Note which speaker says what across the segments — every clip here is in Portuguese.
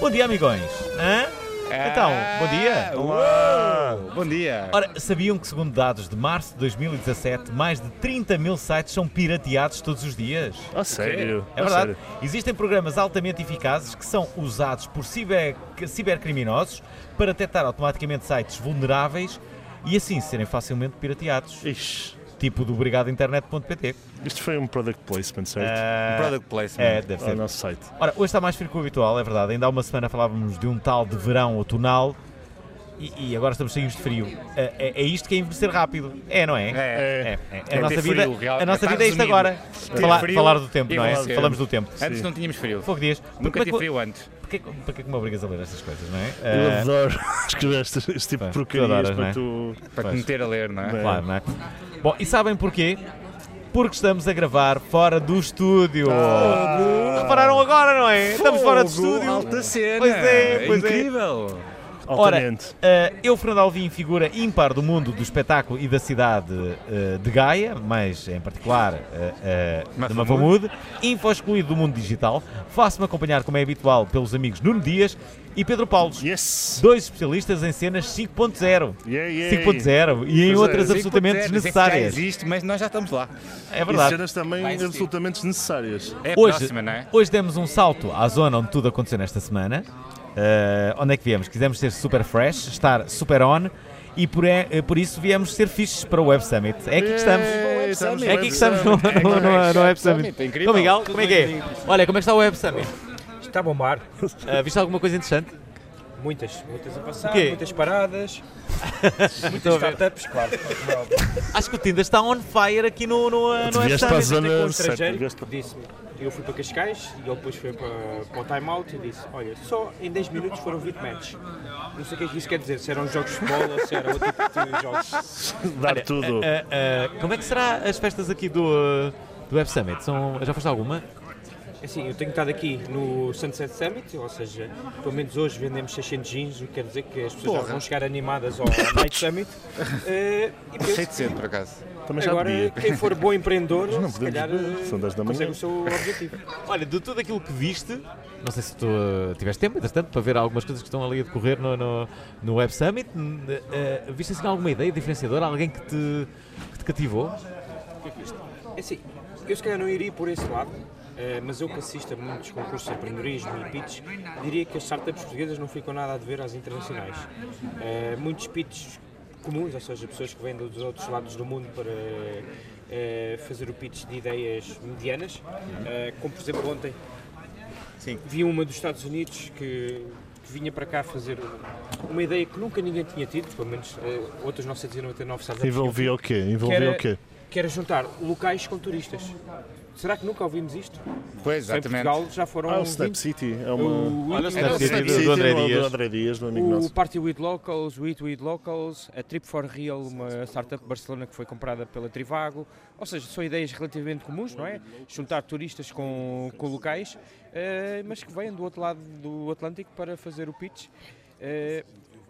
Speaker 1: Bom dia, amigões. Hã? Então, bom dia.
Speaker 2: Olá. Bom dia.
Speaker 1: Ora, sabiam que, segundo dados de março de 2017, mais de 30 mil sites são pirateados todos os dias?
Speaker 2: A sério?
Speaker 1: É
Speaker 2: A
Speaker 1: verdade.
Speaker 2: sério?
Speaker 1: Existem programas altamente eficazes que são usados por ciber- cibercriminosos para detectar automaticamente sites vulneráveis e assim serem facilmente pirateados.
Speaker 2: Ixi,
Speaker 1: Tipo do obrigadointernet.pt.
Speaker 2: isto foi um product placement, certo?
Speaker 1: Ah,
Speaker 3: Um Product placement.
Speaker 1: é, deve
Speaker 2: Ao
Speaker 1: ser.
Speaker 2: nosso site.
Speaker 1: Ora, hoje está mais frio que o habitual, é verdade. Ainda há uma semana falávamos de um tal de verão outonal e, e agora estamos cheios de frio. É, é- é isto que é envelhecer rápido. É, não é?
Speaker 3: É.
Speaker 1: É, é. A
Speaker 3: É
Speaker 1: nossa
Speaker 3: ter
Speaker 1: vida,
Speaker 3: frio, real-
Speaker 1: a nossa
Speaker 3: está
Speaker 1: vida é isto
Speaker 3: resumido.
Speaker 1: agora.
Speaker 3: Ter
Speaker 1: Falar,
Speaker 3: frio
Speaker 1: falar do tempo,
Speaker 3: e
Speaker 1: não é?
Speaker 3: você.
Speaker 1: Falamos do tempo.
Speaker 3: Antes não tínhamos frio.
Speaker 1: Pouco dias. Mas
Speaker 3: Nunca
Speaker 1: como é que-
Speaker 3: tive frio antes.
Speaker 1: Porquê, porquê que me obrigas a ler estas coisas, não é?
Speaker 2: Eu
Speaker 1: Eh,
Speaker 2: adoro escrever este, este tipo de
Speaker 1: tu
Speaker 2: porcarias
Speaker 1: adoras,
Speaker 2: para
Speaker 1: não é?
Speaker 2: tu.
Speaker 3: Para
Speaker 1: Pois.
Speaker 3: te meter a ler, não é?
Speaker 2: Bem.
Speaker 1: Claro, não é? Bom, e sabem porquê? Porque estamos a gravar fora do estúdio. Repararam agora, não é? Estamos fora do
Speaker 3: Ah. Fogo,
Speaker 1: estúdio.
Speaker 3: Alta cena.
Speaker 1: Pois é, pois é.
Speaker 3: Incrível.
Speaker 1: Ora,
Speaker 2: Altamente.
Speaker 1: eh, eu, Fernando Alvim, figura ímpar do mundo do espetáculo e da cidade eh, de Gaia, mas em particular eh, eh, de Mafamude, info excluído do mundo digital, faço-me acompanhar, como é habitual, pelos amigos Nuno Dias e Pedro Paulos.
Speaker 2: Yes!
Speaker 1: Dois especialistas em cenas 5.0.
Speaker 2: Yeah, yeah.
Speaker 1: 5.0 e em
Speaker 2: Pois é.
Speaker 1: outras
Speaker 2: Sim,
Speaker 1: absolutamente
Speaker 3: Sim, pode ser, mas é que Já
Speaker 1: desnecessárias.
Speaker 3: existe, mas nós já estamos lá.
Speaker 1: É
Speaker 2: E
Speaker 1: verdade.
Speaker 2: cenas também
Speaker 3: Vai existir.
Speaker 2: absolutamente desnecessárias.
Speaker 3: É a
Speaker 1: Hoje,
Speaker 3: próxima, não é?
Speaker 1: hoje demos um salto à zona onde tudo aconteceu nesta semana. Eh, onde é que viemos? Quisemos ser super fresh, estar super on e por, é- eh, por isso viemos ser fixes para o Web Summit. É aqui que estamos.
Speaker 2: Yay, estamos
Speaker 1: É
Speaker 2: no
Speaker 1: aqui que estamos no,
Speaker 2: Web Summit.
Speaker 1: no- no- no Web Summit.
Speaker 3: É incrível.
Speaker 1: Então, Miguel, como é que é? Olha, como é que está o Web Summit?
Speaker 4: Está a bombar.
Speaker 1: Eh, viste alguma coisa interessante?
Speaker 4: Muitas, muitas a passar,
Speaker 1: quê?
Speaker 4: muitas paradas,
Speaker 1: Estou a ver.
Speaker 4: startups, claro.
Speaker 1: Acho que o Tinder está on fire aqui no, no, eh, no
Speaker 2: Tu
Speaker 1: Web
Speaker 2: vieste para a
Speaker 1: Summit.
Speaker 4: Com um
Speaker 2: zona certa.
Speaker 4: estrangeiro que disse-me, eu fui para Cascais e ele depois foi para, para o timeout e disse, olha, só em 10 minutos foram 20 matches. Não sei o que é que isso quer dizer, se eram jogos de futebol ou se era outro tipo de jogos.
Speaker 2: Dar tudo.
Speaker 1: Eh, eh, como é que será as festas aqui do, eh, do Web Summit? São, já foste a alguma?
Speaker 4: Assim, eu tenho estado aqui no Sunset Summit, ou seja, pelo menos hoje vendemos 600 jeans, o que quer dizer que as pessoas já vão chegar animadas ao Night Summit. Eh, e penso
Speaker 3: Sei É de cedo, por acaso.
Speaker 2: Também já
Speaker 4: Agora,
Speaker 2: podia.
Speaker 4: quem for bom empreendedor,
Speaker 2: não
Speaker 4: se
Speaker 2: podemos
Speaker 4: calhar
Speaker 2: beber, são dez da manhã.
Speaker 4: consegue o seu objetivo.
Speaker 1: Olha, de tudo aquilo que viste, não sei se tu eh, tiveste tempo, entretanto, para ver algumas coisas que estão ali a decorrer no, no, no Web Summit, hum, eh, eh, viste assim alguma ideia diferenciadora, alguém que te, que te cativou?
Speaker 4: É Assim, eu se calhar não iria por esse lado, eh, mas eu que assisto a muitos concursos de empreendedorismo e pitch, diria que as startups portuguesas não ficam nada a dever às internacionais. Eh, muitos pitches comuns, ou seja, pessoas que vêm dos outros lados do mundo para eh, fazer o pitch de ideias medianas, eh, como por exemplo ontem vi uma dos Estados Unidos que, que vinha para cá fazer uma ideia que nunca ninguém tinha tido, pelo menos eh, outras 999 startups tinham
Speaker 2: Envolvia o quê? Envolvia o quê?
Speaker 4: que era juntar locais com turistas. Será que nunca ouvimos isto?
Speaker 3: Pois,
Speaker 4: Em
Speaker 3: exatamente.
Speaker 4: Portugal já
Speaker 1: um
Speaker 4: foram.
Speaker 2: Ah, o
Speaker 4: 20.
Speaker 2: Snap City. É
Speaker 4: O,
Speaker 2: uma.
Speaker 3: Olha,
Speaker 4: Eat with
Speaker 3: Snap
Speaker 4: Locals,
Speaker 3: City.
Speaker 2: Snap
Speaker 1: do André
Speaker 2: não é
Speaker 1: Dias.
Speaker 2: do André Dias, do amigo
Speaker 4: o
Speaker 2: nosso.
Speaker 4: Party with Locals, o Eat with Locals, a Trip for Real, uma startup de Barcelona que foi comprada pela Trivago. Ou seja, são ideias relativamente comuns, não é? Juntar turistas com, com locais, eh, mas que vêm do outro lado do Atlântico para fazer o pitch. Eh,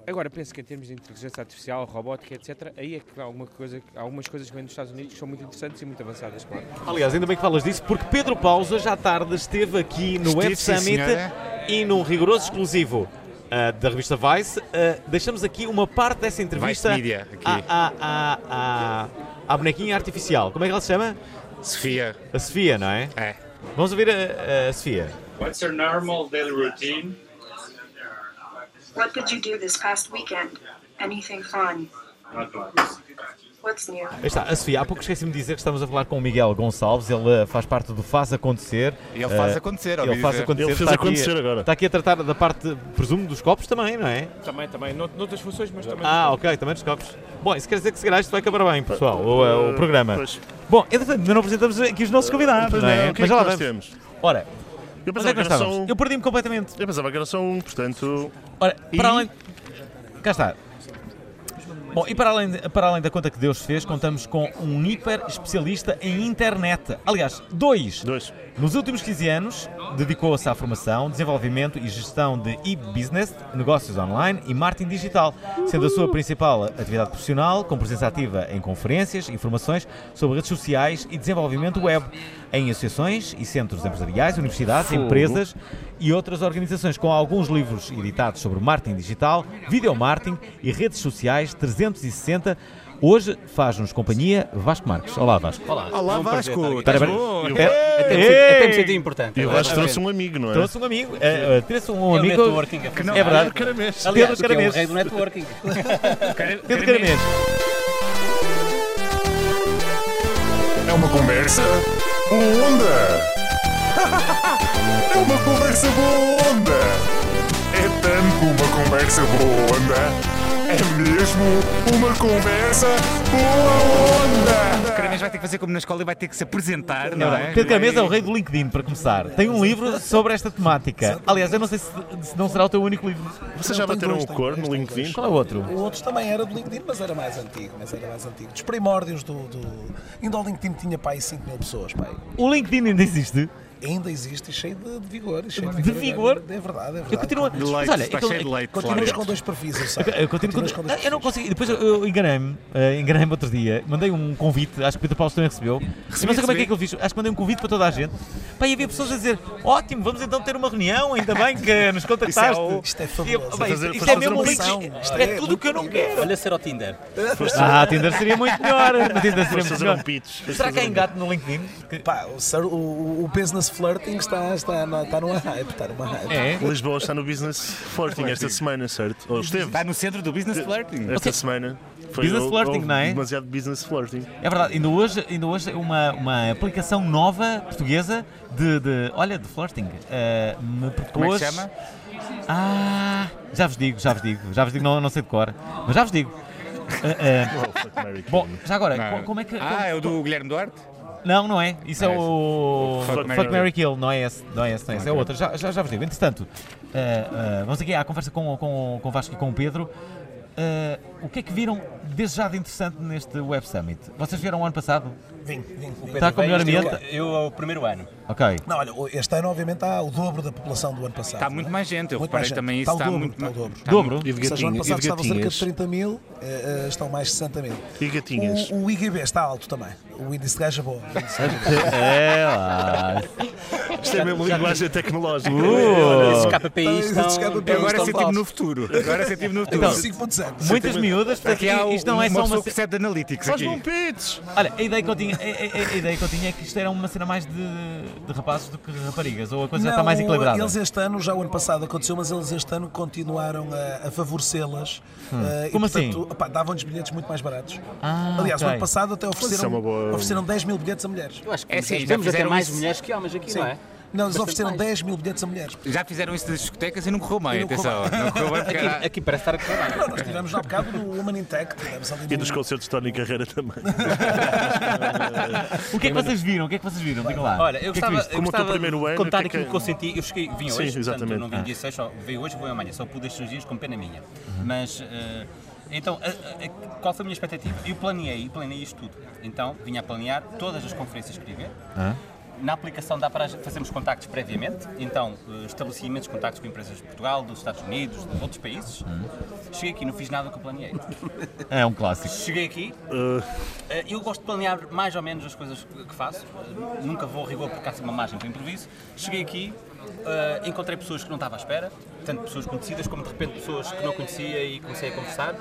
Speaker 4: agora, penso que em termos de inteligência artificial, robótica, etc., aí é que há, alguma coisa, há algumas coisas que vêm dos Estados Unidos que são muito interessantes e muito avançadas, claro.
Speaker 1: Aliás, ainda bem que falas disso, porque Pedro Pausa já à tarde esteve aqui no
Speaker 3: Estive,
Speaker 1: Web
Speaker 3: sim,
Speaker 1: Summit
Speaker 3: senhora. é?
Speaker 1: e num rigoroso exclusivo ah, da revista Vice, ah, deixamos aqui uma parte dessa entrevista
Speaker 3: Vice Media, aqui.
Speaker 1: à, à, à, à- à bonequinha artificial. Como é que ela se chama?
Speaker 3: Sofia.
Speaker 1: A Sofia, não é?
Speaker 3: É.
Speaker 1: Vamos ouvir a- a Sofia.
Speaker 5: What's your normal daily routine?
Speaker 6: What did you do this past weekend? Anything fun?
Speaker 5: Not much.
Speaker 6: What's new?
Speaker 1: Aí está, a Sofia, há pouco esqueci-me de dizer que estamos a falar com o Miguel Gonçalves, ele eh, faz parte do Faz Acontecer.
Speaker 3: E ele faz
Speaker 1: Eh,
Speaker 3: acontecer, ouvi
Speaker 1: Ele faz
Speaker 3: dizer.
Speaker 1: acontecer,
Speaker 2: Ele fez
Speaker 1: está
Speaker 2: acontecer
Speaker 1: aqui,
Speaker 2: agora.
Speaker 1: Está aqui a tratar da parte, presumo, dos copos também, não é?
Speaker 4: Também, também. Nout- Noutras funções, mas também.
Speaker 1: Ah, ok, também dos copos. Bom, isso quer dizer que se calhar isto vai acabar bem, pessoal, o, eh, o programa.
Speaker 2: Pois.
Speaker 1: Bom, entretanto, ainda não apresentamos aqui os nossos convidados,
Speaker 2: Pois
Speaker 1: não é?
Speaker 2: não, o que é que nós temos?
Speaker 1: Ora,
Speaker 2: Eu
Speaker 1: onde é que
Speaker 2: pensava que
Speaker 1: nós
Speaker 2: era só
Speaker 1: estávamos?
Speaker 2: um.
Speaker 1: Eu perdi-me completamente.
Speaker 2: Eu pensava que era só um, portanto.
Speaker 1: Ora, para
Speaker 2: E-
Speaker 1: além. Cá está. Bom, e para além, de- para além da conta que Deus fez, contamos com um hiper especialista em internet. Aliás, dois.
Speaker 2: Dois.
Speaker 1: Nos últimos 15 anos, dedicou-se à formação, desenvolvimento e gestão de e-business, negócios online e marketing digital, sendo a sua principal atividade profissional, com presença ativa em conferências, informações sobre redes sociais e desenvolvimento web, em associações e centros empresariais, universidades, empresas e outras organizações, com alguns livros editados sobre marketing digital, videomarketing e redes sociais 360. Hoje faz-nos companhia Vasco Marques. Olá, Vasco. É, Olá.
Speaker 3: Olá, Vasco, estás
Speaker 1: Espera,
Speaker 3: bom?
Speaker 1: espera.
Speaker 7: Até me,
Speaker 1: Ei!
Speaker 7: senti, até me senti importante.
Speaker 2: E eu acho que trouxe um amigo, não é?
Speaker 1: Trouxe um amigo, eh, eh, trouxe um amigo.
Speaker 7: networking a funcionar.
Speaker 1: é verdade.
Speaker 7: Aliás,
Speaker 1: Pedro
Speaker 7: o que é o
Speaker 1: Caramês.
Speaker 7: rei do networking.
Speaker 1: Pedro Caramês.
Speaker 8: É uma conversa boa onda! É uma conversa boa onda! É tanto uma conversa boa onda! É mesmo uma conversa boa onda!
Speaker 3: O Caramês vai ter que fazer como na escola e vai ter que se apresentar, não, é?
Speaker 1: Pedro Caramês é o rei do LinkedIn, para começar. Tem um livro sobre esta temática. Aliás, eu não sei se, se não será o teu único livro.
Speaker 2: Vocês já
Speaker 9: Não, tenho
Speaker 2: bateram
Speaker 9: dois,
Speaker 2: o
Speaker 9: tenho
Speaker 2: cor no
Speaker 9: dois, tenho
Speaker 2: LinkedIn?
Speaker 1: Qual é o outro?
Speaker 9: O outro também era do LinkedIn, mas era mais antigo, mas era mais antigo. Dos primórdios do. do... Ainda o LinkedIn tinha para aí 5 mil pessoas, pai.
Speaker 1: O LinkedIn ainda existe.
Speaker 9: Ainda existe e cheio de, de vigor. e cheio
Speaker 1: De
Speaker 9: agora.
Speaker 1: vigor?
Speaker 9: É verdade, é verdade.
Speaker 1: Eu continuo.
Speaker 3: De likes,
Speaker 1: Mas olha,
Speaker 3: está
Speaker 1: então-
Speaker 3: cheio de likes lá
Speaker 9: Continuas
Speaker 3: dentro.
Speaker 9: com dois perfis, eu sei.
Speaker 1: Eu, continuo, Ah,
Speaker 9: Continuas com dois
Speaker 1: eu não
Speaker 9: perfis.
Speaker 1: consegui. Depois eu, eu enganei-me. eh, enganei-me outro dia. Mandei um convite. Acho que o Pedro Paulo também recebeu.
Speaker 3: Recebi,
Speaker 1: não sei como é que
Speaker 3: recebi.
Speaker 1: é que ele fiz. Acho que mandei um convite para toda a gente. Pá, e havia pessoas a dizer: Ótimo, vamos então ter uma reunião. Ainda bem que nos contactaste.
Speaker 3: o-
Speaker 9: Isto é
Speaker 1: E eu,
Speaker 9: fabuloso.
Speaker 1: pá, isto,
Speaker 2: fazer-
Speaker 1: isto é
Speaker 2: foi fazer
Speaker 1: mesmo
Speaker 2: uma
Speaker 1: lindo.
Speaker 9: missão.
Speaker 1: Isto
Speaker 9: Isto
Speaker 1: É
Speaker 9: é
Speaker 1: tudo o que eu não quero.
Speaker 7: Olha ser ao Tinder.
Speaker 1: Ah, Tinder seria muito melhor. No Tinder seria
Speaker 2: Foste
Speaker 1: muito
Speaker 2: fazer um
Speaker 1: melhor.
Speaker 2: pitch.
Speaker 1: Será que há engato no LinkedIn? Que-
Speaker 9: Pá, o, ser- o- o business flirting está, está, na- está numa hype, está numa hype.
Speaker 1: É?
Speaker 2: Lisboa está no Business Flirting esta semana, certo? Ou esteve
Speaker 3: Está no centro do business flirting.
Speaker 2: esta semana. Foi
Speaker 1: Business
Speaker 2: houve-
Speaker 1: flirting,
Speaker 2: houve
Speaker 1: não é?
Speaker 2: Demasiado Business Flirting.
Speaker 1: É verdade, ainda hoje, ainda hoje uma, uma aplicação nova portuguesa de, de- olha, de flirting. eh, me propôs.
Speaker 3: Como é que se chama?
Speaker 1: Ah, já vos digo, já vos digo, já vos digo, não, não sei de cor, mas já vos digo. Eh, eh, bom, já agora, co- como é que.
Speaker 3: Ah, é o do Guilherme Duarte?
Speaker 1: Não, não é. Isso é,
Speaker 3: É esse.
Speaker 1: o.
Speaker 3: Fuck,
Speaker 1: Fuck,
Speaker 3: Mary,
Speaker 1: Mary,
Speaker 3: Kill.
Speaker 1: Kill. Não é esse, não é esse, não é esse. É outro. Já, já, já vos digo. Entretanto, ah, ah, vamos aqui à conversa com, com, com o Vasco e com o Pedro. Ah, o que é que viram desde já de interessante neste Web Summit? Vocês vieram o ano passado?
Speaker 9: Vim, vim, vim.
Speaker 1: Está com o melhor
Speaker 7: Bem, isto
Speaker 1: ambiente?
Speaker 7: Eu, eu
Speaker 9: é
Speaker 7: ao primeiro ano.
Speaker 1: Ok.
Speaker 9: Não, olha, este ano obviamente há o dobro da população do ano passado.
Speaker 3: Está muito mais gente, eu
Speaker 9: Muito
Speaker 3: reparei
Speaker 9: mais gente.
Speaker 3: também isso.
Speaker 9: Está
Speaker 3: Está
Speaker 9: o dobro,
Speaker 3: muito
Speaker 9: está o
Speaker 3: mais-
Speaker 9: dobro.
Speaker 3: está
Speaker 1: Dobro?
Speaker 2: E de
Speaker 9: Ou seja, o ano
Speaker 2: gatinhas.
Speaker 9: passado
Speaker 2: E de
Speaker 9: estavam cerca de
Speaker 2: gatinhas.
Speaker 9: 30 mil, eh, eh, estão mais de 60 mil.
Speaker 2: E gatinhas.
Speaker 9: O, o IGB está alto também. O índice de gajo é bom.
Speaker 1: É lá.
Speaker 2: Isto é mesmo linguagem tecnológica.
Speaker 7: Esses KPI estão...
Speaker 3: Eu agora senti-me no futuro. Agora senti-me no futuro.
Speaker 1: Então,
Speaker 9: 5.0.
Speaker 1: Muitas miúdas,
Speaker 3: Aqui
Speaker 1: porque
Speaker 3: há um
Speaker 1: isto
Speaker 7: um
Speaker 1: não é
Speaker 3: uma
Speaker 1: só uma.
Speaker 3: pessoa que
Speaker 1: ce-
Speaker 3: percebe de analytics
Speaker 2: Faz-me
Speaker 3: aqui.
Speaker 2: um pitch!
Speaker 1: Olha, a ideia, que eu tinha, a, a- a ideia que eu tinha é que isto era uma cena mais de, de rapazes do que raparigas, ou a coisa já está mais
Speaker 9: Não,
Speaker 1: equilibrada.
Speaker 9: Eles este ano, já o ano passado aconteceu, mas eles este ano continuaram a, a favorecê-las. eh, e,
Speaker 1: Como
Speaker 9: portanto,
Speaker 1: assim?
Speaker 9: opá, Davam-lhes bilhetes muito mais baratos.
Speaker 1: Ah,
Speaker 9: Aliás,
Speaker 1: ok.
Speaker 9: no ano passado até
Speaker 2: Isso é
Speaker 9: ofereceram,
Speaker 2: uma boa-
Speaker 9: ofereceram 10 mil bilhetes a mulheres.
Speaker 7: Eu acho que
Speaker 3: É assim, já
Speaker 7: temos até
Speaker 3: fizeram
Speaker 7: mais
Speaker 3: isso.
Speaker 7: mulheres que homens aqui, não é?
Speaker 9: Não, eles
Speaker 7: Bastante
Speaker 9: ofereceram
Speaker 7: mais.
Speaker 9: 10 mil bilhetes a mulheres.
Speaker 3: Já fizeram isso nas discotecas e não correu bem,
Speaker 9: não correu
Speaker 3: atenção. Não correu bem porque era-
Speaker 7: Aqui, aqui parece estar a correr bem.
Speaker 9: Não, nós tivemos há bocado no Woman in Tech. tivemos ali
Speaker 2: E
Speaker 9: no-
Speaker 2: dos concertos de Tony Carreira também.
Speaker 1: O que é que vocês viram? O que é que vocês viram? Digam lá.
Speaker 7: Olha, eu
Speaker 1: O que é que
Speaker 7: gostava,
Speaker 1: viste?
Speaker 7: eu
Speaker 2: Como o teu
Speaker 7: gostava
Speaker 2: primeiro
Speaker 7: de
Speaker 2: ano,
Speaker 7: contar um
Speaker 2: o que é que-
Speaker 7: aquilo que eu senti. Eu cheguei, vim hoje,
Speaker 2: Sim,
Speaker 7: portanto,
Speaker 2: exatamente.
Speaker 7: não vim dia 6, só vim hoje, vou amanhã. Só pude estes dias com pena minha.
Speaker 1: Uhum.
Speaker 7: Mas, eh, então, a- a- a- qual foi a minha expectativa? Eu planeei, planeei isto tudo. Então, vinha a planear todas as conferências que queria ver. Na aplicação dá para fazermos contactos previamente, então eh, estabeleci imensos contactos com empresas de Portugal, dos Estados Unidos, de outros países. Cheguei aqui, não fiz nada do que eu planeei.
Speaker 1: Uhum. É um clássico.
Speaker 7: Cheguei aqui, eh, eu gosto de planear mais ou menos as coisas que que faço, eh, nunca vou a rigor porque há uma margem para improviso. Cheguei aqui, eh, encontrei pessoas que não estava à espera, tanto pessoas conhecidas como de repente pessoas que não conhecia e comecei a conversar.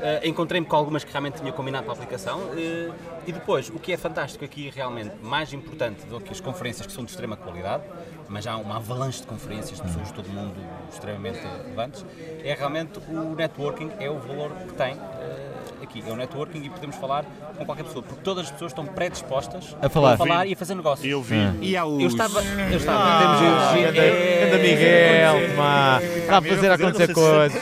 Speaker 7: Eh, Encontrei-me com algumas que realmente tinha combinado para a aplicação eh, e depois, o que é fantástico aqui realmente, mais importante do que as conferências que são de extrema qualidade,
Speaker 1: mas há uma avalanche de conferências de pessoas de todo o mundo extremamente relevantes, é realmente o networking, é o valor que tem eh, aqui. É o networking e podemos falar com qualquer pessoa, porque todas as pessoas estão predispostas
Speaker 10: A falar. Ah.
Speaker 1: e a fazer negócio.
Speaker 2: Eu vi.
Speaker 3: E há os...
Speaker 1: Eu estava. Eu estava. Ah,
Speaker 10: Anda Miguel, pá. Está a fazer acontecer coisas.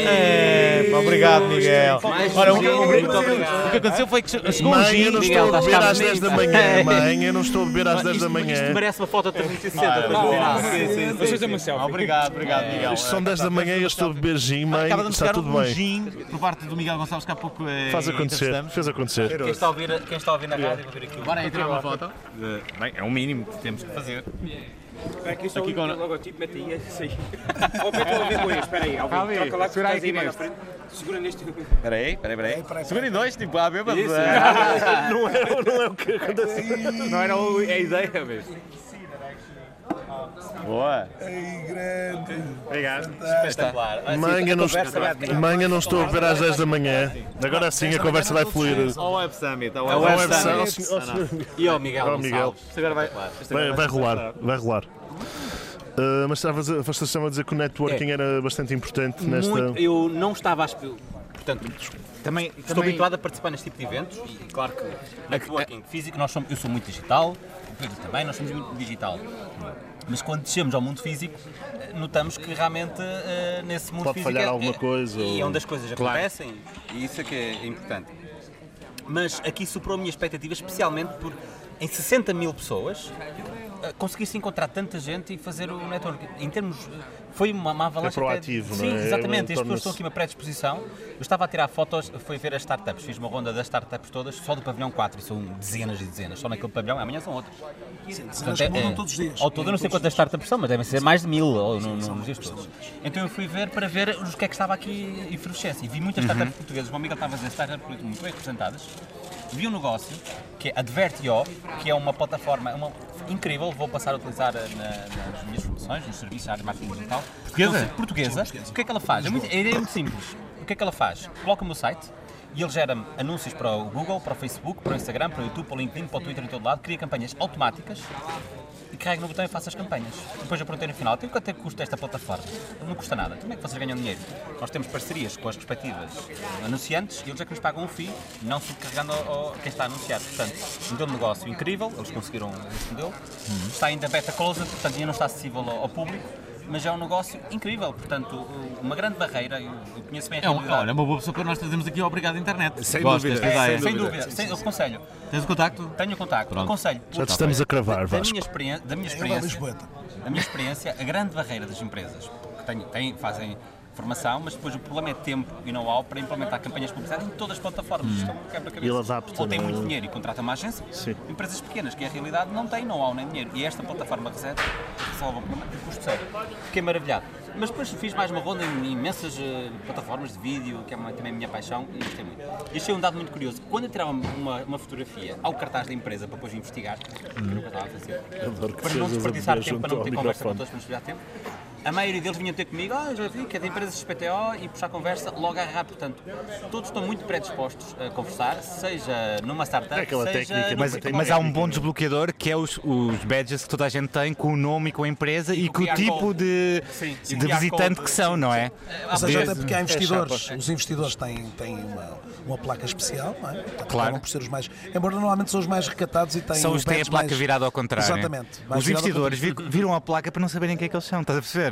Speaker 10: É, pá, obrigado, Miguel.
Speaker 1: Mais
Speaker 10: Ora, o que,
Speaker 1: um
Speaker 10: o
Speaker 1: muito obrigado.
Speaker 10: que aconteceu foi que chegou um
Speaker 2: é Mãe,
Speaker 10: gin.
Speaker 2: eu não
Speaker 1: Miguel,
Speaker 2: estou a
Speaker 1: estás
Speaker 2: beber
Speaker 1: cá
Speaker 2: às 10 da
Speaker 1: comigo.
Speaker 2: manhã, mãe. Eu não estou a beber às 10 da
Speaker 1: Isto
Speaker 2: manhã.
Speaker 1: merece uma foto de 360. depois no final. Sim, sim,
Speaker 4: Vamos fazer
Speaker 1: sim,
Speaker 4: uma
Speaker 1: sim.
Speaker 4: selfie.
Speaker 10: Obrigado, obrigado, Miguel.
Speaker 2: Isto são 10 da manhã e eu estou a beber gin, mãe.
Speaker 10: Acaba de nos
Speaker 2: Está
Speaker 10: chegar
Speaker 2: tudo
Speaker 10: um
Speaker 2: bem.
Speaker 10: gin por parte do Miguel Gonçalves que há pouco eh,
Speaker 2: Faz acontecer.
Speaker 10: entrevistamos.
Speaker 2: Fez acontecer.
Speaker 1: Quem está a ouvir, quem está a ouvir na rádio, vou ver aqui. Bora aí tirar
Speaker 2: é
Speaker 1: uma foto. Bem, é o mínimo que temos que fazer.
Speaker 4: Espera aqui só o logotipo, mete aí, é isso aí. Ou mete ao vivo aí, espera aí, ao
Speaker 1: Calma aí,
Speaker 4: vivo. Troca lá que
Speaker 1: segura
Speaker 4: estás
Speaker 1: aqui
Speaker 4: aí mais à
Speaker 1: neste.
Speaker 4: frente. Segura neste.
Speaker 1: Espera aí, espera aí, espera aí. Segura em dois, tipo, a bêbado.
Speaker 4: Isso.
Speaker 2: Não é, não é o que aconteceu.
Speaker 1: Não era é a ideia mesmo. Boa.
Speaker 9: Ai, grande.
Speaker 2: Obrigado.
Speaker 1: Espetacular. Olha,
Speaker 2: Mãe, eu não, mãe, eu não estou a beber às 10 da manhã. Agora sim a conversa vai fluir.
Speaker 10: Ao Web Summit. ao
Speaker 1: Ao
Speaker 10: Web
Speaker 1: Web
Speaker 10: Summit.
Speaker 2: Ao senhor- ao senhor-
Speaker 1: E ao Miguel
Speaker 2: é Ao Miguel.
Speaker 1: Gonçalves. Isto agora vai. isto agora
Speaker 2: Vai, vai rolar, vai rolar. Ah, mas estavas a, vocês estavam a dizer que o networking era bastante importante nesta.
Speaker 1: É. Muito, eu não estava à espera. Portanto, também, estou
Speaker 3: também-
Speaker 1: habituado a participar neste tipo de eventos e, claro que, networking físico, nós somos, eu sou muito digital, o Pedro também, nós somos muito digital. Mas quando descemos ao mundo físico, eh, notamos que realmente eh, nesse mundo
Speaker 2: Pode
Speaker 1: físico.
Speaker 2: falhar
Speaker 1: é-
Speaker 2: alguma coisa
Speaker 1: E
Speaker 2: ou-
Speaker 1: é onde as coisas acontecem e isso é que é importante. Mas aqui superou a minha expectativa, especialmente por em 60 mil pessoas eh, conseguir-se encontrar tanta gente e fazer o networking. Em termos. eh, Foi uma, uma avalanche.
Speaker 2: É
Speaker 1: até-
Speaker 2: proativo,
Speaker 1: Sim,
Speaker 2: não é?
Speaker 1: exatamente. As pessoas
Speaker 2: Torna-se-
Speaker 1: estão aqui uma predisposição. Eu estava a tirar fotos, fui ver as startups, fiz uma ronda das startups todas, só do pavilhão 4, e são dezenas e dezenas. Só naquele pavilhão, amanhã são outras.
Speaker 9: Cenas que mudam todos os dias.
Speaker 1: Ao todo, eu não sei quantas startups são, mas devem ser mais de mil ou, no, no, nos dias todos. Então eu fui ver para ver o que é que estava aqui em efervescência. E vi muitas startups portuguesas. O meu amigo estava a dizer startups portuguesas muito bem representadas. Vi um negócio que é Advertio, que é uma plataforma uma, incrível, vou passar a utilizar eh, na- nas minhas funções, nos serviços, na área de marketing digital. Portuguesa? portuguesa. O que é que ela faz? É muito, a ideia é muito simples. O que é que ela faz? Coloca o meu site, e ele gera anúncios para o Google, para o Facebook, para o Instagram, para o YouTube, para o LinkedIn, para o Twitter, em todo lado, cria campanhas automáticas e carrego no botão e faço as campanhas. Depois eu perguntei no final, tem quanto é que custa esta plataforma? Não custa nada. Como é que vocês ganham dinheiro? Nós temos parcerias com as respectivas eh, anunciantes e eles é que nos pagam um fee, não subcarregando ao, ao- quem está a anunciar. Portanto, um modelo de negócio incrível, eles conseguiram esse
Speaker 10: Uhum.
Speaker 1: modelo. Está ainda beta closed, portanto ainda não está acessível ao, ao público. Mas é um negócio incrível, portanto, o- uma grande barreira, eu eu conheço bem a
Speaker 10: É uma,
Speaker 1: realidade.
Speaker 10: olha, é uma boa pessoa que nós trazemos aqui. é Obrigado, internet.
Speaker 3: Sem
Speaker 10: Gostas
Speaker 3: dúvida.
Speaker 10: da ideia?
Speaker 1: Sem dúvida, sem, eu aconselho.
Speaker 10: Tens o contacto?
Speaker 1: Tenho contacto,
Speaker 10: Pronto.
Speaker 1: aconselho.
Speaker 2: Já te estamos a cravar,
Speaker 1: Da
Speaker 2: Vasco.
Speaker 1: minha, experiên- da minha experiência, da minha experiência, a grande barreira das empresas, que têm, têm- fazem formação, mas depois o problema é tempo e know-how para implementar campanhas publicitárias em todas as plataformas. Isto é um quebra-cabeça.
Speaker 2: E ele adapta,
Speaker 1: Ou tem
Speaker 2: não é?
Speaker 1: muito dinheiro e contrata uma agência.
Speaker 2: Sim.
Speaker 1: Empresas pequenas, que é a realidade, não têm know-how nem dinheiro. E é esta plataforma reserva resolve o problema de custo zero. Fiquei maravilhado. Mas depois fiz mais uma ronda em imensas eh, plataformas de vídeo, que é uma- também a minha paixão, e gostei muito. E achei um dado muito curioso. Quando eu tirava uma, uma fotografia ao cartaz da empresa para depois investigar, que eu nunca estava a fazer,
Speaker 2: Adoro que
Speaker 1: para não
Speaker 2: sejas a
Speaker 1: desperdiçar
Speaker 2: beber
Speaker 1: tempo, para
Speaker 2: junto
Speaker 1: não ter
Speaker 2: ao
Speaker 1: conversa com todos, para
Speaker 2: microfone.
Speaker 1: não desperdiçar tempo, a maioria deles vinha ter comigo, ah, já vi que é da empresa XPTO e puxar conversa logo a agarrar. Portanto, todos estão muito predispostos a conversar, seja numa startup,
Speaker 2: É aquela
Speaker 1: seja
Speaker 2: técnica,
Speaker 1: num
Speaker 2: mas-
Speaker 1: sítio
Speaker 2: mas
Speaker 3: Mas
Speaker 1: qualquer.
Speaker 3: há um bom desbloqueador que é os, os badges que toda a gente tem com o nome e com a empresa e com o
Speaker 1: QR
Speaker 3: tipo
Speaker 1: code.
Speaker 3: de,
Speaker 1: Sim, e o
Speaker 3: de
Speaker 1: QR
Speaker 3: visitante
Speaker 1: code,
Speaker 3: que são, não é?
Speaker 9: Ou seja, até
Speaker 3: Desde-
Speaker 9: porque há investidores. os investidores têm, têm uma, uma placa especial, não é? Portanto,
Speaker 3: Claro.
Speaker 9: acabam por ser os mais. Embora normalmente são os mais recatados e têm.
Speaker 3: São os que têm a
Speaker 9: badge
Speaker 3: placa
Speaker 9: mais-
Speaker 3: virada ao contrário.
Speaker 9: Exatamente. mais
Speaker 3: Os
Speaker 9: virada ao
Speaker 3: investidores vi- viram a placa para não saberem quem é que eles são, estás a perceber?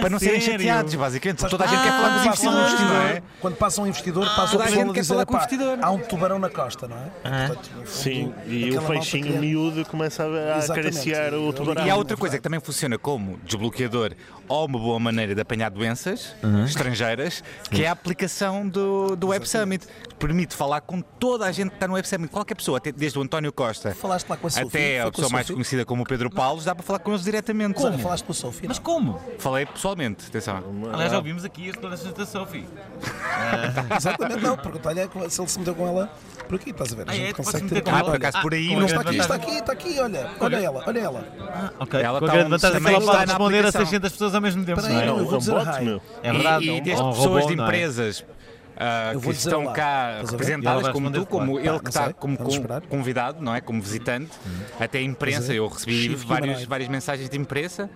Speaker 3: para não serem
Speaker 10: sério?
Speaker 3: chateados, basicamente. Toda a gente
Speaker 9: Ah,
Speaker 3: quer falar com os
Speaker 9: quando passa um
Speaker 3: investidores, não é? Ah,
Speaker 9: investidor, Quando passa um investidor, passa o
Speaker 3: toda a
Speaker 9: pessoal
Speaker 3: gente
Speaker 9: a
Speaker 3: quer
Speaker 9: dizer,
Speaker 3: falar com o
Speaker 9: "Epá,
Speaker 3: investidor."
Speaker 9: Há um tubarão na costa, não é? Portanto, no fundo,
Speaker 2: Sim, e
Speaker 9: aquela
Speaker 2: o
Speaker 9: malta que
Speaker 2: feixinho
Speaker 9: é-
Speaker 2: miúdo começa a
Speaker 9: Exatamente.
Speaker 2: acariciar o tubarão.
Speaker 3: E há outra coisa que também funciona como desbloqueador ou uma boa maneira de apanhar doenças
Speaker 9: Uhum.
Speaker 3: estrangeiras, que é a aplicação do, do Web Summit, que permite falar com toda a gente que está no Web Summit, qualquer pessoa, até desde o António Costa
Speaker 9: Falaste lá com a Sophie?
Speaker 3: até
Speaker 9: Foi com
Speaker 3: a
Speaker 9: a
Speaker 3: pessoa mais
Speaker 9: Sophie?
Speaker 3: conhecida como o Pedro Paulos, dá para falar com eles diretamente.
Speaker 9: Mas olha, falaste com a Sofia.
Speaker 1: Mas como?
Speaker 3: Falei pessoalmente,
Speaker 9: Ah,
Speaker 3: atenção.
Speaker 10: Aliás, já ouvimos aqui as declarações da Sophie.
Speaker 9: Exatamente, não. Pergunta-lhe se ele se meteu com ela por aqui, estás a ver? A
Speaker 10: Ah, é?
Speaker 9: gente
Speaker 10: Tu
Speaker 9: consegue
Speaker 10: podes
Speaker 9: ter
Speaker 10: meter com
Speaker 3: Ah,
Speaker 9: contato.
Speaker 3: por
Speaker 9: Olha,
Speaker 3: acaso por aí
Speaker 10: com
Speaker 9: Não
Speaker 3: não
Speaker 9: está
Speaker 10: grande
Speaker 9: aqui, está
Speaker 10: vantagem.
Speaker 9: aqui, está aqui, olha. Olha ela, olha ela.
Speaker 10: Ok.
Speaker 3: Ela
Speaker 10: Com a
Speaker 3: tá
Speaker 10: grande
Speaker 3: um-
Speaker 10: vantagem que
Speaker 3: também
Speaker 10: ela pode
Speaker 3: está na
Speaker 10: responder a
Speaker 3: aplicação.
Speaker 10: 600 pessoas ao mesmo tempo.
Speaker 9: Espera
Speaker 10: não
Speaker 9: aí,
Speaker 10: é?
Speaker 9: não, eu vou
Speaker 2: um
Speaker 9: dizer
Speaker 2: bot,
Speaker 9: hi.
Speaker 2: meu.
Speaker 10: É verdade.
Speaker 3: E, e
Speaker 10: um-
Speaker 3: desde
Speaker 10: um
Speaker 3: pessoas
Speaker 10: robô,
Speaker 3: de
Speaker 10: não é?
Speaker 3: empresas ah,
Speaker 9: Eu
Speaker 3: que
Speaker 9: vou dizer
Speaker 3: estão
Speaker 9: olá.
Speaker 3: cá
Speaker 9: Estás a ver? E
Speaker 3: representadas
Speaker 10: ela
Speaker 3: como
Speaker 10: vai
Speaker 3: tu,
Speaker 10: responder,
Speaker 3: como
Speaker 10: claro.
Speaker 3: ele
Speaker 9: Pá,
Speaker 3: que
Speaker 9: não
Speaker 3: está
Speaker 9: sei,
Speaker 3: como
Speaker 9: vamos
Speaker 3: con-
Speaker 9: esperar.
Speaker 3: convidado, não é? Como visitante, até a imprensa.
Speaker 9: Pois é.
Speaker 3: Eu recebi
Speaker 9: Chico
Speaker 3: vários,
Speaker 9: Guimarães.
Speaker 3: várias mensagens de imprensa.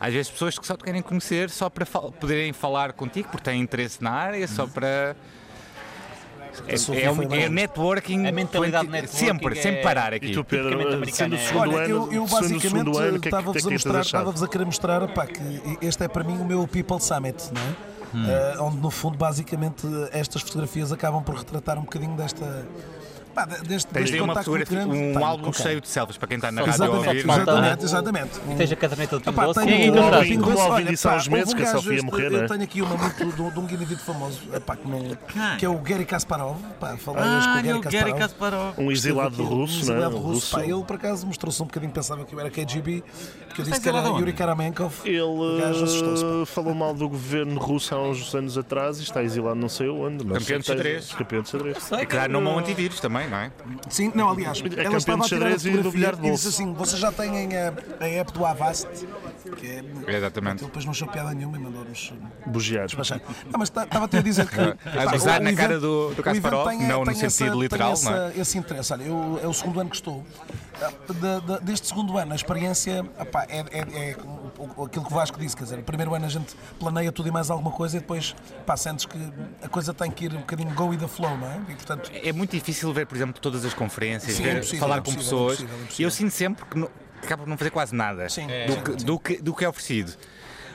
Speaker 3: Às vezes pessoas que só te querem conhecer, só para fal- poderem falar contigo, porque têm interesse na área, só para. É,
Speaker 9: Sofia
Speaker 3: é,
Speaker 9: foi
Speaker 3: um- é
Speaker 9: longe.
Speaker 3: networking.
Speaker 1: A mentalidade
Speaker 3: twenty-
Speaker 1: networking
Speaker 3: Sempre,
Speaker 1: é-
Speaker 3: sem parar
Speaker 2: E
Speaker 3: aqui.
Speaker 2: tu,
Speaker 1: tipicamente
Speaker 2: Pedro, sendo
Speaker 1: americana,
Speaker 2: o
Speaker 1: é?
Speaker 2: segundo
Speaker 9: né? Olha,
Speaker 2: ano,
Speaker 9: eu, eu
Speaker 2: sendo o segundo ano, o
Speaker 9: basicamente
Speaker 2: que é que, o que é
Speaker 9: estava-vos
Speaker 2: que
Speaker 9: a
Speaker 2: tens
Speaker 9: mostrar,
Speaker 2: achado?
Speaker 9: estava-vos a querer mostrar pá, que este é para mim o meu People Summit, não é?
Speaker 10: Hum.
Speaker 9: Ah, onde no fundo basicamente estas fotografias acabam por retratar um bocadinho desta. Pá, de-
Speaker 3: Tens
Speaker 9: deste, deste
Speaker 3: aí uma
Speaker 9: contacto muito
Speaker 3: fotografia,
Speaker 9: grande.
Speaker 3: um
Speaker 9: Tenho,
Speaker 3: álbum
Speaker 9: ok.
Speaker 3: cheio de selfies para quem está na rádio a
Speaker 9: Exatamente,
Speaker 3: ouvir.
Speaker 1: não é?
Speaker 9: exatamente, exatamente.
Speaker 1: E tens a caderneta do Pingo
Speaker 9: Epá,
Speaker 1: Doce.
Speaker 3: um
Speaker 9: tenho
Speaker 1: E
Speaker 9: aqui
Speaker 1: ainda
Speaker 9: uma
Speaker 1: traz.
Speaker 2: Alvin-
Speaker 9: pingo doce.
Speaker 2: o Alvin
Speaker 9: Olha,
Speaker 2: disse há
Speaker 9: pá,
Speaker 2: é uns meses
Speaker 9: houve um
Speaker 2: que a
Speaker 9: gajo,
Speaker 2: Sofia ia
Speaker 9: este-
Speaker 2: morrer, não é?
Speaker 9: Eu tenho aqui uma muito de, de um indivíduo famoso, epá, que, não, que é o Gary Kasparov. Pá, falei hoje com Ah, o Gary
Speaker 1: é
Speaker 9: Kasparov.
Speaker 2: Um exilado
Speaker 9: Teve aqui um
Speaker 2: russo, não é?
Speaker 9: exilado
Speaker 2: Um
Speaker 9: russo.
Speaker 2: russo.
Speaker 9: Pá, ele por acaso mostrou-se um bocadinho, pensava que eu era KGB, porque eu disse que
Speaker 10: exilado
Speaker 9: era
Speaker 10: aonde?
Speaker 9: Yuri Karamenkov.
Speaker 2: Ele
Speaker 9: O gajo assustou-se, pá.
Speaker 2: uh, falou mal do governo russo há uns anos atrás e está exilado não sei onde. Mas
Speaker 3: Campeão de
Speaker 2: está-
Speaker 3: xadrez.
Speaker 2: Campeão de xadrez.
Speaker 3: E claro, não é um antivírus também, não é?
Speaker 9: Sim, não, aliás,
Speaker 2: eh, campeão
Speaker 9: ela estava
Speaker 2: de
Speaker 9: a tirar a
Speaker 2: xadrez e do
Speaker 9: fotografia
Speaker 2: bilhar de
Speaker 9: e
Speaker 2: bolso.
Speaker 9: disse assim, vocês já têm a, a app do Avast, que é...
Speaker 3: Exatamente.
Speaker 9: Ele depois não achou piada nenhuma e mandou-nos
Speaker 2: Bugiados.
Speaker 9: despachar. Não, mas estava-te a dizer que...
Speaker 3: A
Speaker 9: pá,
Speaker 3: gozar
Speaker 9: o
Speaker 3: na
Speaker 9: evento-
Speaker 3: cara do- do
Speaker 9: o evento
Speaker 3: Kasparov,
Speaker 9: tem-
Speaker 3: não no
Speaker 9: tem
Speaker 3: sentido
Speaker 9: tem
Speaker 3: literal,
Speaker 9: esse,
Speaker 3: não é?
Speaker 9: Esse interesse, olha, eu, é o segundo ano que estou. Da- da- deste segundo ano, a experiência opá, é, é- é o- o- aquilo que o Vasco disse, quer dizer, o primeiro ano a gente planeia tudo e mais alguma coisa e depois pá, sentes que a coisa tem que ir um bocadinho go with the flow, não é? E portanto,
Speaker 3: É muito difícil ver, por exemplo, todas as conferências,
Speaker 9: Sim, é
Speaker 3: ver-
Speaker 9: impossível,
Speaker 3: falar
Speaker 9: é
Speaker 3: com
Speaker 9: impossível,
Speaker 3: pessoas.
Speaker 9: é impossível, é
Speaker 3: E
Speaker 9: impossível.
Speaker 3: eu sinto sempre que não, acabo por não fazer quase nada
Speaker 9: Sim,
Speaker 3: do,
Speaker 9: sim,
Speaker 3: que,
Speaker 9: sim.
Speaker 3: Do, que, do que é oferecido.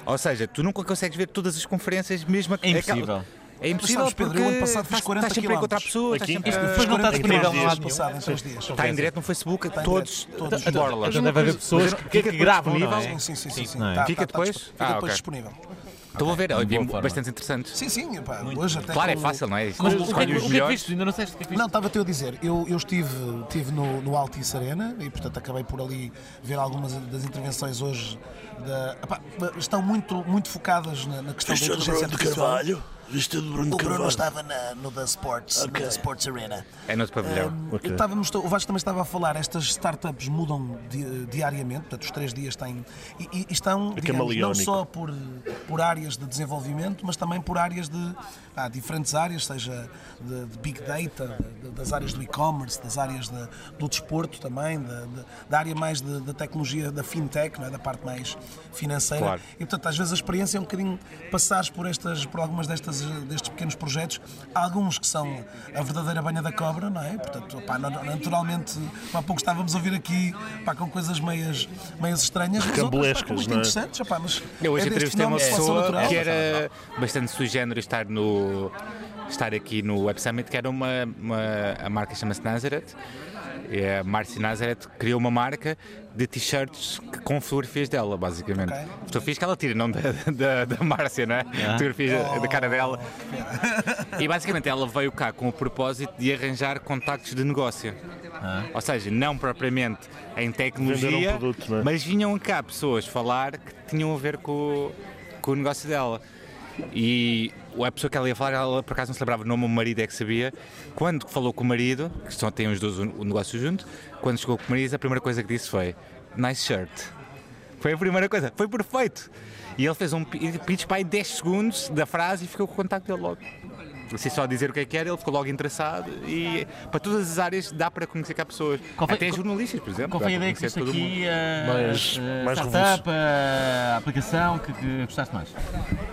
Speaker 3: Ou seja, tu nunca consegues ver todas as conferências, mesmo
Speaker 10: É impossível.
Speaker 3: É impossível
Speaker 9: Mas sabes, Pedro, eu
Speaker 3: porque
Speaker 9: ano passado fiz
Speaker 3: estás-
Speaker 9: 40
Speaker 3: estás sempre a encontrar
Speaker 9: quilómetros.
Speaker 3: pessoas, estás
Speaker 2: Aqui em
Speaker 3: sempre
Speaker 2: casa.
Speaker 3: a-
Speaker 10: Depois não está
Speaker 9: Em
Speaker 10: disponível
Speaker 9: três
Speaker 10: no
Speaker 9: dias
Speaker 10: lado nenhum.
Speaker 9: passados, em três dias.
Speaker 3: está em direto no Facebook,
Speaker 9: em
Speaker 3: todos,
Speaker 9: direto, todos.
Speaker 3: todos borla.
Speaker 10: Então
Speaker 1: é
Speaker 10: deve haver pessoas
Speaker 3: Mas eu não-
Speaker 10: que,
Speaker 3: fica
Speaker 10: que gravam,
Speaker 3: disponível?
Speaker 10: não é?
Speaker 9: Sim, sim, sim, sim. sim.
Speaker 10: Não é?
Speaker 9: Tá-
Speaker 3: Fica
Speaker 9: tá- tá
Speaker 3: depois?
Speaker 9: disponível. Fica
Speaker 3: Ah,
Speaker 9: depois
Speaker 3: ok.
Speaker 9: disponível.
Speaker 3: Estou a ver, olha, vi
Speaker 10: boa forma.
Speaker 3: bastante interessantes.
Speaker 9: Sim, sim, epá, hoje até
Speaker 3: Claro, é
Speaker 9: com-
Speaker 3: fácil, não é?
Speaker 10: Mas o que, é
Speaker 3: Escolhe
Speaker 10: que- o
Speaker 3: os
Speaker 10: que é que
Speaker 3: melhores.
Speaker 10: viste? Ainda não sei o que é que viste.
Speaker 9: Não, estava-te eu a dizer, eu, eu estive, estive no, no Altice Arena e, portanto, acabei por ali ver algumas das intervenções hoje. Da, epá, estão muito, muito focadas na, na questão da inteligência artificial.
Speaker 2: Viste de
Speaker 9: O
Speaker 2: Bruno
Speaker 9: Bruno estava na- no da Sports, no da Sports Arena.
Speaker 3: É noutro pavilhão.
Speaker 9: Eu estava- o Vasco também estava a falar, estas startups mudam di- diariamente, portanto, os três dias têm. E, e- e
Speaker 2: É
Speaker 9: estão, digamos, não
Speaker 2: camaleónico.
Speaker 9: só por, por áreas de desenvolvimento, mas também por áreas de. Há diferentes áreas, seja de, de Big Data, de- das áreas do e-commerce, das áreas da- do desporto também, da, da- da área mais de- da tecnologia, da fintech, não é? da parte mais financeira.
Speaker 3: Claro.
Speaker 9: E portanto, às vezes a experiência é um bocadinho passares por estas, por algumas destas destes pequenos projetos, há alguns que são a verdadeira banha da cobra, não é? Portanto, pá, na- naturalmente, há pouco estávamos a ouvir aqui pá, com coisas meias, meias estranhas, mas outras, pá, com
Speaker 2: Recambulescas,
Speaker 9: muito
Speaker 2: não é?
Speaker 9: interessantes, pá, mas
Speaker 3: Eu hoje
Speaker 9: é deste
Speaker 3: entrevistei uma
Speaker 9: fenómeno de seleção
Speaker 3: pessoa
Speaker 9: natural.
Speaker 3: que era bastante sui generis estar no estar aqui no Web Summit, que era uma, uma a marca chama-se Nazareth. E a Marcy Nazareth criou uma marca de t-shirts que- com fotografias dela, basicamente.
Speaker 9: Ok.
Speaker 3: Fotografias que ela tira, não da, da, da Márcia, não é? Fotografias da- da cara dela. E basicamente ela veio cá com o propósito de arranjar contactos de negócio. Ou seja, não propriamente em
Speaker 2: Ah. Vender
Speaker 3: tecnologia,
Speaker 2: um produto, não é?
Speaker 3: mas vinham cá pessoas falar que tinham a ver com, o- com o negócio dela. E a pessoa que ela ia falar, ela por acaso não se lembrava o nome, o marido é que sabia. Quando falou com o marido, que só têm os dois o o negócio junto, quando chegou com o marido, a primeira coisa que disse foi: Nice shirt. Foi a primeira coisa, foi perfeito. E ele fez um pi- pitch para aí 10 segundos da frase e ficou com o contacto dele logo. Assim, só dizer o que é que era, ele ficou logo interessado e para todas as áreas dá para conhecer cá pessoas.
Speaker 1: Qual foi-
Speaker 3: Até
Speaker 1: qual-
Speaker 3: jornalistas, por exemplo.
Speaker 1: Qual
Speaker 3: dá
Speaker 1: foi a
Speaker 3: para
Speaker 1: ideia que
Speaker 3: conhecer
Speaker 1: viste
Speaker 3: é todo mundo.
Speaker 1: aqui? A,
Speaker 2: Mais-
Speaker 1: a
Speaker 2: mais
Speaker 1: startup, a aplicação que, que gostaste mais?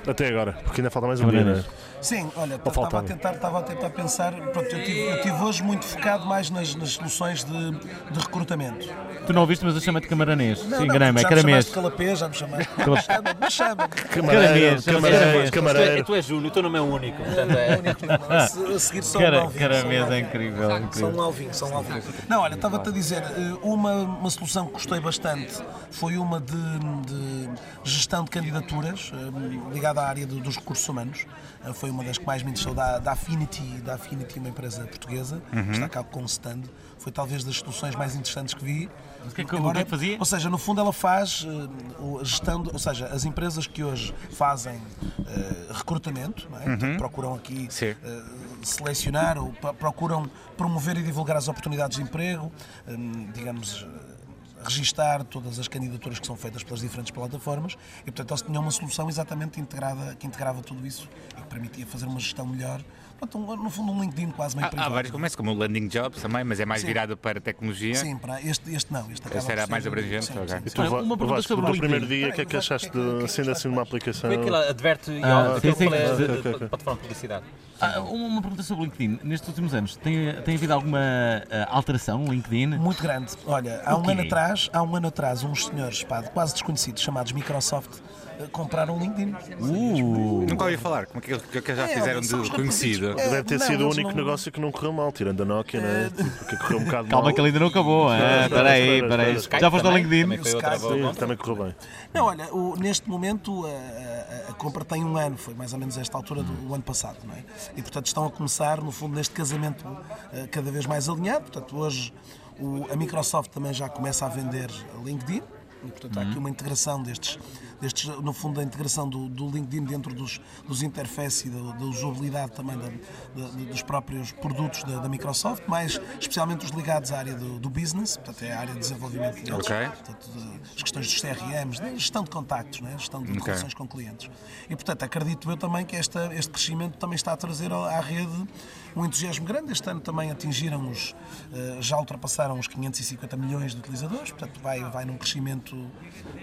Speaker 2: Até agora, porque ainda falta mais um dia, não é?
Speaker 9: Sim, olha, estava a,
Speaker 2: faltava.
Speaker 9: tentar, estava a tentar pensar, pronto, eu estive eu tive hoje muito focado mais nas, nas soluções de, de recrutamento.
Speaker 10: Tu não ouviste, mas eu chamo-te camaranês. Sim, enganei-me, é
Speaker 9: já me chamaste
Speaker 10: caramês.
Speaker 9: de calapé, já me chamaste. Chama- me chama.
Speaker 10: Caramês,
Speaker 2: Camareiro, camareiro.
Speaker 1: é, Tu és Júlio, o teu nome é único. portanto, é-
Speaker 9: A seguir só um
Speaker 10: Cara,
Speaker 9: alvinho.
Speaker 10: caramês é incrível.
Speaker 9: São
Speaker 10: incrível.
Speaker 9: um alvinho, são um alvinho. Não, olha, estava-te a dizer, eh, uma, uma solução que gostei bastante foi uma de, de gestão de candidaturas eh, ligada à área do- dos recursos humanos. Eh, Foi uma das que mais me interessou, da, da Affinity, da Affinity, uma empresa portuguesa,
Speaker 10: Uhum.
Speaker 9: que está cá com um stand. Foi talvez das soluções mais interessantes que vi.
Speaker 10: Mas o que é que- o
Speaker 9: Embora-
Speaker 10: que é que fazia?
Speaker 9: Ou seja, no fundo ela faz eh, o- a gestão, de- ou seja, as empresas que hoje fazem eh, recrutamento, não é? Portanto, procuram aqui
Speaker 3: Uhum. Sim.
Speaker 9: eh, selecionar ou pa- procuram promover e divulgar as oportunidades de emprego, hum, digamos, eh, registar todas as candidaturas que são feitas pelas diferentes plataformas e, portanto, eles tinham uma solução exatamente integrada, que integrava tudo isso e que permitia fazer uma gestão melhor pronto, um- no fundo, um LinkedIn quase
Speaker 3: Há,
Speaker 9: meio
Speaker 3: há
Speaker 9: privado.
Speaker 3: vários começos, como o Landing Jobs também, mas é mais
Speaker 9: Sim.
Speaker 3: virado para tecnologia.
Speaker 9: Sim, para este, este não. Este acaba
Speaker 3: Esse era
Speaker 9: por ser- um-
Speaker 3: mais abrangente,
Speaker 9: sim,
Speaker 3: ok.
Speaker 9: sim, sim.
Speaker 2: Tu,
Speaker 10: Olha,
Speaker 2: Va-
Speaker 10: uma pergunta
Speaker 2: Vasco,
Speaker 10: sobre o
Speaker 2: no
Speaker 10: LinkedIn.
Speaker 2: primeiro dia, o que é
Speaker 9: Peraí,
Speaker 2: que
Speaker 9: Vasco,
Speaker 2: achaste
Speaker 9: o que é que- o que
Speaker 2: de
Speaker 9: é que
Speaker 2: sendo assim numa aplicação?
Speaker 1: Como é que ele adverte e
Speaker 10: Ah, sim, sim,
Speaker 1: qual é a
Speaker 10: ok,
Speaker 1: de-
Speaker 2: ok,
Speaker 1: de-
Speaker 2: ok.
Speaker 1: plataforma de publicidade?
Speaker 10: Ah, uma, uma pergunta sobre o LinkedIn. Nestes últimos anos, tem, tem havido alguma ah, alteração no LinkedIn?
Speaker 9: Muito grande. Olha, há um
Speaker 10: quê?
Speaker 9: ano atrás, há um ano atrás, uns senhores pá, quase desconhecidos chamados Microsoft eh, compraram o LinkedIn.
Speaker 10: Uh,
Speaker 3: Nunca ouvi falar. Como é que, que, que já
Speaker 9: É,
Speaker 3: fizeram
Speaker 9: são os
Speaker 3: de
Speaker 9: reconhecidos.
Speaker 3: conhecido?
Speaker 9: É,
Speaker 2: Deve ter
Speaker 9: não,
Speaker 2: sido o
Speaker 9: eles
Speaker 2: único
Speaker 9: não-
Speaker 2: negócio que não correu mal, tirando a Nokia, não é? Tipo, que correu um bocado
Speaker 10: calma
Speaker 2: mal.
Speaker 10: que ele ainda não acabou. Ah,
Speaker 2: espera,
Speaker 10: Espera aí,
Speaker 2: espera,
Speaker 10: espera aí.
Speaker 2: espera.
Speaker 10: Já foste ao
Speaker 1: Também-
Speaker 10: LinkedIn?
Speaker 1: também foi outra
Speaker 9: Nesse
Speaker 1: boa
Speaker 2: Sim,
Speaker 1: compra.
Speaker 2: também correu bem.
Speaker 9: Não, olha, o- neste momento a, a- a compra tem um ano, foi mais ou menos esta altura do, do ano passado, não é? E portanto estão a começar, no fundo, neste casamento eh, cada vez mais alinhado. Portanto, hoje o- a Microsoft também já começa a vender a LinkedIn. E, portanto, há aqui uma integração destes, destes no fundo, a integração do, do LinkedIn dentro dos, dos interfaces e da, da usabilidade também da- da- da- dos próprios produtos da, da Microsoft, mas especialmente os ligados à área do, do business, portanto, é a área de desenvolvimento deles.
Speaker 3: Ok.
Speaker 9: Portanto, de- as questões dos CRMs, da gestão de contactos, né? gestão de relações com clientes. E, portanto, acredito eu também que esta, este crescimento também está a trazer ao- à rede um entusiasmo grande. Este ano também atingiram os, eh, já ultrapassaram os 550 milhões de utilizadores, portanto, vai, vai num crescimento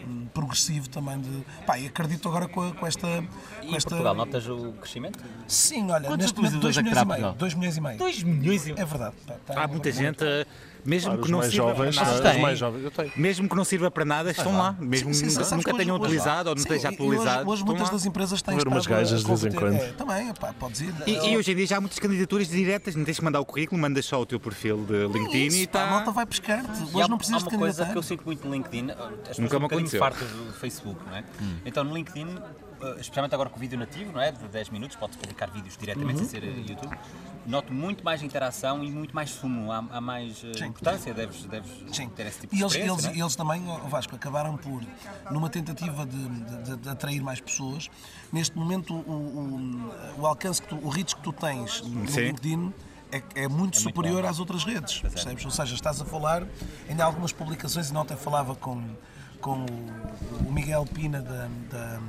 Speaker 9: hum, progressivo também de... Pá, e acredito agora com, a- com esta...
Speaker 1: E
Speaker 9: com
Speaker 1: em
Speaker 9: esta-
Speaker 1: Portugal, notas o crescimento?
Speaker 9: Sim, olha,
Speaker 10: Quantos
Speaker 9: neste momento
Speaker 10: utilizadores
Speaker 9: 2
Speaker 10: é que
Speaker 9: milhões
Speaker 10: terá
Speaker 9: e meio.
Speaker 10: Portugal?
Speaker 9: 2 milhões e meio.
Speaker 10: 2 milhões e.
Speaker 9: É verdade. Tá- tá-
Speaker 3: Há muita gente, eh, mesmo
Speaker 2: Claro,
Speaker 3: que
Speaker 2: os
Speaker 3: não
Speaker 2: mais
Speaker 3: sirva
Speaker 2: jovens,
Speaker 3: para
Speaker 2: não é?
Speaker 3: nada,
Speaker 2: os
Speaker 10: têm.
Speaker 2: mais jovens, eu tenho.
Speaker 3: mesmo que não sirva para nada, estão lá. Mesmo
Speaker 9: Sim, sim,
Speaker 3: nunca,
Speaker 9: sabes
Speaker 3: nunca
Speaker 9: que hoje-
Speaker 3: tenham
Speaker 9: hoje-
Speaker 3: utilizado ou não
Speaker 9: Sim,
Speaker 3: tenham
Speaker 9: e
Speaker 3: atualizado.
Speaker 9: Hoje, hoje
Speaker 3: estão
Speaker 9: muitas
Speaker 3: lá.
Speaker 9: das empresas têm
Speaker 2: Ver umas
Speaker 9: estado a
Speaker 2: gajas de vez em
Speaker 9: converter-
Speaker 2: quando.
Speaker 9: É, também, pá, podes ir.
Speaker 3: E, e hoje em dia já há muitas candidaturas diretas, não tens que mandar o currículo, mandas só o teu perfil de LinkedIn
Speaker 9: Isso,
Speaker 3: e tá.
Speaker 9: pá, A
Speaker 3: está.
Speaker 9: malta vai pescar-te.
Speaker 1: E há,
Speaker 9: Hoje não precisas
Speaker 1: há
Speaker 9: de
Speaker 1: uma coisa
Speaker 9: candidatar.
Speaker 1: que eu sinto muito no LinkedIn, as pessoas
Speaker 3: Nunca
Speaker 1: são
Speaker 3: me
Speaker 1: um bocadinho
Speaker 3: aconteceu.
Speaker 1: fartas do Facebook, não é? Então no LinkedIn, eh, especialmente agora com o vídeo nativo, não é? De 10 minutos, podes publicar vídeos diretamente sem ser eh, YouTube. Noto muito mais interação e muito mais sumo, há, há mais eh,
Speaker 9: Sim.
Speaker 1: importância, deves, deves
Speaker 9: Sim.
Speaker 1: ter esse tipo
Speaker 9: E
Speaker 1: de
Speaker 9: eles,
Speaker 1: experiência,
Speaker 9: eles,
Speaker 1: não é?
Speaker 9: eles também, o Vasco, acabaram por, numa tentativa de, de- de atrair mais pessoas, neste momento o, o- o alcance, que tu, o reach que tu tens no
Speaker 3: Sim.
Speaker 9: LinkedIn é, é muito superior às outras redes, percebes? Ou seja, estás a falar, em algumas publicações, e não até falava com, com o, o Miguel Pina da, da,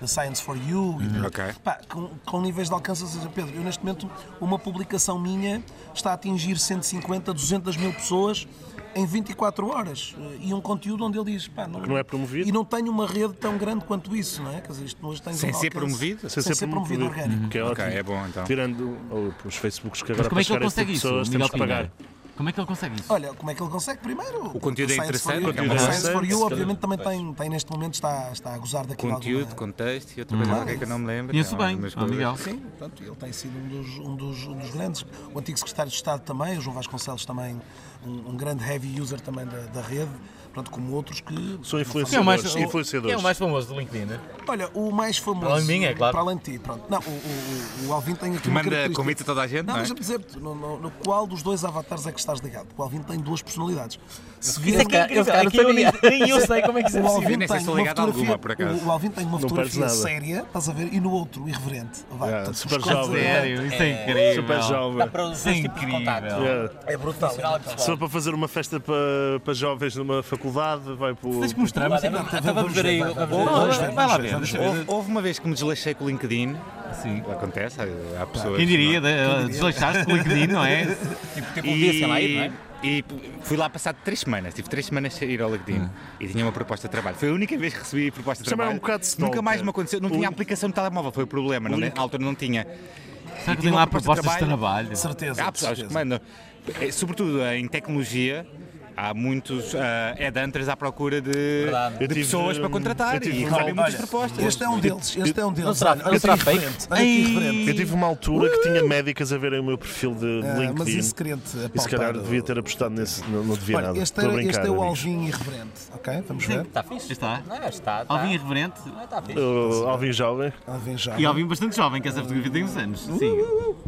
Speaker 9: da Science for You, e da-
Speaker 3: Uhum. Ok.
Speaker 9: pá, com, com níveis de alcance, ou seja, Pedro, eu neste momento, uma publicação minha está a atingir 150, 200 mil pessoas em 24 horas. eh, E um conteúdo onde ele diz, pá, não,
Speaker 2: não é promovido.
Speaker 9: E não tenho uma rede tão grande quanto isso, não é? Quer dizer, isto hoje tens
Speaker 3: Sem
Speaker 9: um
Speaker 3: ser
Speaker 9: alcance-
Speaker 3: promovido?
Speaker 9: Sem, ser promovido, um orgânico.
Speaker 2: é Que é
Speaker 3: Ok,
Speaker 2: ótimo.
Speaker 3: é bom, então.
Speaker 2: Tirando oh, os Facebooks que
Speaker 10: Mas
Speaker 2: agora
Speaker 10: como é que
Speaker 2: para
Speaker 10: ele
Speaker 2: chegar a esse tipo de
Speaker 10: consegue isso?
Speaker 2: pessoas
Speaker 10: Miguel
Speaker 2: temos que pagar.
Speaker 10: Pinheiro? Como é que ele consegue isso?
Speaker 9: Olha, como é que ele consegue? Primeiro, o
Speaker 3: conteúdo é
Speaker 9: Science for
Speaker 3: interessante,
Speaker 9: You-
Speaker 3: o conteúdo
Speaker 2: é
Speaker 9: o Science for
Speaker 2: interessante,
Speaker 9: You,
Speaker 2: se
Speaker 9: obviamente, também tem, tem neste momento, está, está a gozar daquilo
Speaker 3: Conteúdo,
Speaker 9: alguma-
Speaker 3: contexto e outra
Speaker 1: Hum.
Speaker 3: coisa qualquer que eu não me lembro.
Speaker 10: Conheço
Speaker 3: Há
Speaker 10: bem,
Speaker 3: algumas
Speaker 10: ah,
Speaker 3: coisas.
Speaker 10: Miguel.
Speaker 9: Sim, portanto, ele tem sido um dos, um dos- um dos grandes. O antigo secretário de Estado também, o João Vasconcelos também, um, um grande heavy user também da, da rede, pronto, como outros que.
Speaker 2: São
Speaker 10: Quem é o mais,
Speaker 2: influenciadores.
Speaker 10: o- quem é o
Speaker 2: influenciadores.
Speaker 10: mais famoso do LinkedIn? né?
Speaker 9: Olha, o mais famoso.
Speaker 10: Para além de mim, é claro.
Speaker 9: Para além de ti, pronto. Não, o, o, o- o Alvin tem aqui uma
Speaker 3: Manda
Speaker 9: característica.
Speaker 3: convite a toda a gente,
Speaker 9: Não,
Speaker 3: não é?
Speaker 9: deixa-me dizer-te, no, no- no qual dos dois avatares é que estás ligado? O Alvin tem duas personalidades. Se vier-
Speaker 10: é
Speaker 3: é
Speaker 10: Eu, cara, não sei nem- nem eu sei como é que isso é
Speaker 9: O
Speaker 3: assim,
Speaker 9: Alvin
Speaker 10: possível.
Speaker 3: Eu nem sei
Speaker 9: tem
Speaker 3: se estou ligado
Speaker 9: uma
Speaker 3: a
Speaker 9: fotografia,
Speaker 3: alguma, por acaso.
Speaker 9: o- o Alvin tem uma
Speaker 2: Não parece
Speaker 9: fotografia
Speaker 2: nada.
Speaker 9: séria, estás a ver, e no outro, irreverente. Vá,
Speaker 2: Yeah,
Speaker 9: portanto, os
Speaker 2: super
Speaker 9: cortes
Speaker 2: jovem.
Speaker 9: irreverentes.
Speaker 10: Sério, isso é incrível.
Speaker 2: Super jovem.
Speaker 1: Dá para os
Speaker 10: Isso é
Speaker 1: dois tipos de contacto.
Speaker 10: incrível.
Speaker 2: Yeah.
Speaker 9: É brutal.
Speaker 1: Profissional e pessoal.
Speaker 2: Se for para fazer uma festa para, para jovens numa faculdade, vai para o.
Speaker 10: Tens que mostrar-me assim.
Speaker 1: Olha, Então vamos ver aí.
Speaker 10: Vai
Speaker 1: vamos ver.
Speaker 10: lá, vai lá ver. deixa eu
Speaker 3: Houve,
Speaker 10: ver.
Speaker 3: houve uma vez que me desleixei com o LinkedIn.
Speaker 10: Sim.
Speaker 3: Acontece, há, há pessoas.
Speaker 10: Quem diria, de- desleixaste com o LinkedIn, não é?
Speaker 1: Tipo, tipo
Speaker 3: não é?
Speaker 1: um dia sem lá ir, não é?
Speaker 3: e fui lá passado três semanas, tive três semanas a ir ao LinkedIn
Speaker 10: É.
Speaker 3: e tinha uma proposta de trabalho. Foi a única vez que recebi proposta de
Speaker 2: Também é
Speaker 3: trabalho.
Speaker 2: um bocado stalker.
Speaker 3: Nunca mais me aconteceu, não
Speaker 2: O
Speaker 3: tinha
Speaker 2: link-
Speaker 3: aplicação de telemóvel, foi o problema, não, na altura não tinha.
Speaker 10: Será
Speaker 3: Tive
Speaker 10: que tem
Speaker 3: uma
Speaker 10: lá
Speaker 3: proposta de
Speaker 10: propostas de trabalho?
Speaker 9: Certeza.
Speaker 3: Há pessoas que
Speaker 9: certeza.
Speaker 3: mandam. Eh, Sobretudo eh, em tecnologia, há muitos é headhunters à procura de, de
Speaker 2: Eu tive,
Speaker 3: pessoas para
Speaker 2: hum,
Speaker 3: contratar
Speaker 2: eu tive
Speaker 3: e
Speaker 2: um-
Speaker 3: recebem muitas
Speaker 9: Olha,
Speaker 3: propostas.
Speaker 9: Este é um deles, este é um deles.
Speaker 1: será-
Speaker 9: Olha,
Speaker 1: não
Speaker 9: olha
Speaker 1: será
Speaker 9: que
Speaker 1: fake?
Speaker 9: irreverente, Olha que irreverente.
Speaker 2: Eu tive uma altura que tinha médicas a verem o meu perfil de
Speaker 9: Uh! Ah,
Speaker 2: LinkedIn.
Speaker 9: mas esse crente
Speaker 2: E se calhar
Speaker 9: apalpado.
Speaker 2: devia ter apostado nesse. Não, não devia
Speaker 9: Olha,
Speaker 2: nada.
Speaker 9: este,
Speaker 2: Estou a
Speaker 9: era-
Speaker 2: brincar.
Speaker 9: este é o
Speaker 2: amigos.
Speaker 9: Alvin irreverente, ok? Vamos ver.
Speaker 10: Tá
Speaker 1: Está fixe?
Speaker 10: é, Está. tá, é,
Speaker 1: Não, está. está.
Speaker 10: Alvin irreverente
Speaker 1: Não, está fixe.
Speaker 2: O Alvin Jovem.
Speaker 9: Alvin já.
Speaker 10: e Alvin bastante jovem, que essa fotografia tem uns anos. Sim.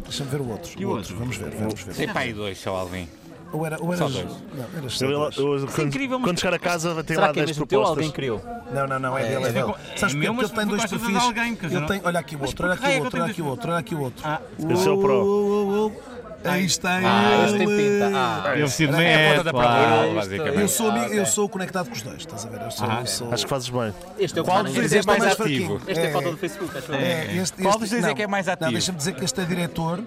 Speaker 9: Deixa-me ver o outro.
Speaker 10: E o outro?
Speaker 9: Vamos ver, vamos ver.
Speaker 3: Tem para aí dois, só Alvin.
Speaker 9: Ou era, ou era
Speaker 3: Só dois.
Speaker 9: Não, era só
Speaker 2: Eu, eu,
Speaker 9: é dois.
Speaker 2: eu- quando,
Speaker 10: é incrível, mas-
Speaker 2: quando chegar a casa, tem
Speaker 1: Será
Speaker 2: lá
Speaker 1: que é
Speaker 2: 10
Speaker 1: mesmo teu ou alguém
Speaker 2: propostas.
Speaker 1: criou?
Speaker 9: Não, não, não, é dele, é dele. Sabes
Speaker 10: é
Speaker 9: porquê?
Speaker 10: meu,
Speaker 9: Porque
Speaker 10: mas
Speaker 9: ele tem dois
Speaker 10: foi coisa de
Speaker 9: perfis.
Speaker 10: alguém, quer dizer,
Speaker 9: Ele
Speaker 10: não-
Speaker 9: tem, olha aqui o
Speaker 10: Mas
Speaker 9: outro, olha
Speaker 10: que raio
Speaker 9: aqui
Speaker 10: é
Speaker 9: o
Speaker 10: que
Speaker 9: outro,
Speaker 10: eu
Speaker 9: olha aqui o
Speaker 10: tenho
Speaker 9: outro, olha aqui o outro.
Speaker 2: Esse é o pro.
Speaker 9: Uou, uou, uou. Aí está
Speaker 1: Ah, este
Speaker 9: ele.
Speaker 1: tem pinta. Ah,
Speaker 10: Eu preciso
Speaker 3: É a
Speaker 10: mesmo.
Speaker 3: ponta da
Speaker 10: claro.
Speaker 3: partida,
Speaker 9: Eu
Speaker 3: basicamente.
Speaker 9: sou, amigo- eu sou conectado com os dois, estás a ver? Eu sou. eu sou-
Speaker 2: Acho que fazes bem.
Speaker 1: este é o que
Speaker 3: Qual
Speaker 1: está
Speaker 3: dos
Speaker 1: na-
Speaker 3: dois
Speaker 9: Este
Speaker 3: é
Speaker 9: o
Speaker 3: mais
Speaker 9: fraquinho.
Speaker 3: ativo?
Speaker 1: Este é a foto do Facebook, acho eu.
Speaker 9: É, este-
Speaker 3: Qual
Speaker 9: este-
Speaker 3: dos dois é
Speaker 9: não.
Speaker 3: que é mais ativo?
Speaker 9: Não, deixa-me dizer que este é diretor.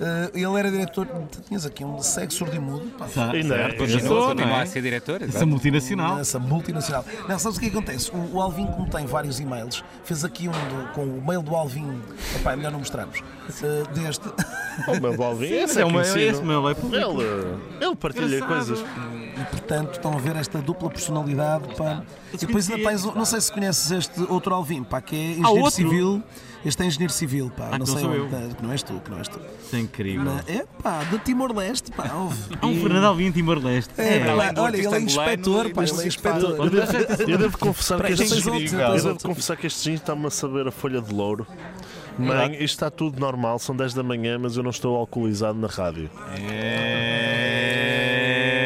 Speaker 9: eh, ele era diretor. Tinhas aqui um cego surdo e mudo. pá,
Speaker 2: Ainda é.
Speaker 10: Eu
Speaker 3: Continua,
Speaker 10: sou, não
Speaker 3: continua
Speaker 10: é?
Speaker 3: a ser diretor?
Speaker 10: Essa
Speaker 3: exato.
Speaker 10: multinacional.
Speaker 9: Essa multinacional. Não, sabes o que é que acontece? O, o Alvin, como tem vários e-mails, fez aqui um do- com o mail do Alvin. Epá, é melhor não mostrarmos. eh, deste.
Speaker 2: O meu do Alvin, esse
Speaker 10: é
Speaker 2: é
Speaker 10: uma-
Speaker 2: conhecido.
Speaker 10: esse meu é público.
Speaker 2: Ele, ele partilha coisas.
Speaker 9: E portanto estão a ver esta dupla personalidade. Pá. E depois ainda tens, o- não sei se conheces este outro Alvin, pá, que é engenheiro
Speaker 10: outro?
Speaker 9: civil. Este é engenheiro civil, pá. não
Speaker 10: que não
Speaker 9: sei
Speaker 10: sou
Speaker 9: onde
Speaker 10: eu.
Speaker 9: estás, que não és tu, que não és tu.
Speaker 10: Isso é incrível.
Speaker 9: Na- é pá, do Timor-Leste, pá. ouve.
Speaker 10: Há um Fernando Alvim em Timor-Leste.
Speaker 9: É,
Speaker 10: É.
Speaker 9: pá,
Speaker 3: do
Speaker 9: olha, ele é
Speaker 3: artista
Speaker 9: inspetor,
Speaker 3: angolano
Speaker 9: pá,
Speaker 3: e
Speaker 9: ele é
Speaker 3: músico
Speaker 9: inspetor.
Speaker 2: Eu devo, eu devo confessar que este
Speaker 9: tens outros,
Speaker 2: Eu
Speaker 9: tens
Speaker 2: devo
Speaker 9: outros.
Speaker 2: confessar que este jeans está-me a saber a folha de louro. Mãe, isto está tudo normal, são 10 da manhã, mas eu não estou alcoolizado na rádio.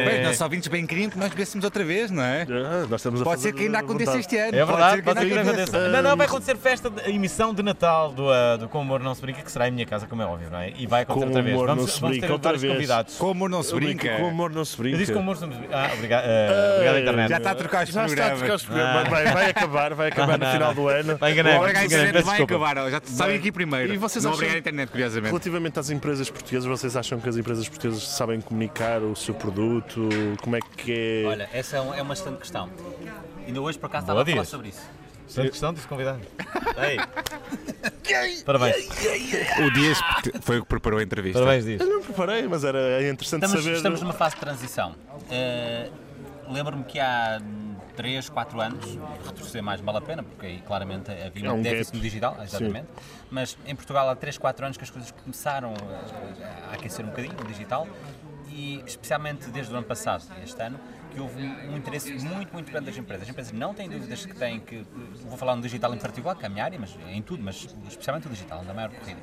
Speaker 3: Bem, nossos ouvintes bem queriam que nós bebêssemos outra vez, não é?
Speaker 2: Ah, nós estamos a
Speaker 3: Pode
Speaker 2: fazer
Speaker 3: ser que ainda
Speaker 2: a
Speaker 3: aconteça
Speaker 2: vontade.
Speaker 3: este ano.
Speaker 10: É verdade,
Speaker 3: pode ser que ainda aconteça.
Speaker 10: Não, não, vai acontecer festa, de, emissão de Natal do, ah, do Com Humor Não Se Brinca, que será em minha casa, como é óbvio, não é? E vai acontecer
Speaker 2: Com
Speaker 10: outra vez.
Speaker 2: Humor Não
Speaker 10: Vamos,
Speaker 2: Se
Speaker 10: vamos
Speaker 2: Brinca,
Speaker 10: ter
Speaker 2: outra
Speaker 10: vários
Speaker 2: vez.
Speaker 10: convidados.
Speaker 3: Com o amor não se
Speaker 2: Eu brinco,
Speaker 3: brinca.
Speaker 2: Com o amor não se
Speaker 10: Eu
Speaker 2: brinca.
Speaker 10: disse Com Humor Não Se Brinca. Ah, obrigado, ah, obrigado internet.
Speaker 3: Já está a trocar os
Speaker 2: Já está a
Speaker 3: programas.
Speaker 2: tocar os programas. Vai, vai acabar, vai acabar no final do ano.
Speaker 10: Vai enganar,
Speaker 3: O
Speaker 10: vai
Speaker 3: Obrigado
Speaker 10: enganar,
Speaker 3: Internet
Speaker 10: peço
Speaker 3: vai
Speaker 10: desculpa.
Speaker 3: acabar, já sabem aqui primeiro.
Speaker 2: E vocês
Speaker 3: não
Speaker 2: acham-
Speaker 3: obrigado Internet, curiosamente.
Speaker 2: Relativamente às empresas portuguesas, vocês acham que as empresas portuguesas sabem comunicar o seu produto? Como é que é?
Speaker 1: Olha, essa é um- é uma excelente questão. Ainda hoje, por acaso, estava
Speaker 10: Boa
Speaker 1: a falar
Speaker 10: dias.
Speaker 1: sobre isso.
Speaker 10: Excelente questão, disse convidado. Ei. Parabéns,
Speaker 3: O Dias foi o que preparou a entrevista.
Speaker 10: parabéns, Dias.
Speaker 2: Eu não preparei, mas era é interessante
Speaker 1: Estamos,
Speaker 2: saber.
Speaker 1: estamos numa fase de transição. Eh, Lembro-me que há 3, 4 anos, retroceder mais vale a pena, porque aí claramente havia
Speaker 2: Há
Speaker 1: um
Speaker 2: um
Speaker 1: déficit
Speaker 2: gap.
Speaker 1: no digital, exatamente. Mas em Portugal há 3, 4 anos que as coisas começaram a, a aquecer um bocadinho, o digital, e especialmente desde o ano passado, este ano, que houve um, um interesse muito, muito grande das empresas. As empresas não têm dúvidas que têm que, vou falar no digital em particular, que é a minha área, mas em tudo, mas especialmente o digital, na maior corrida.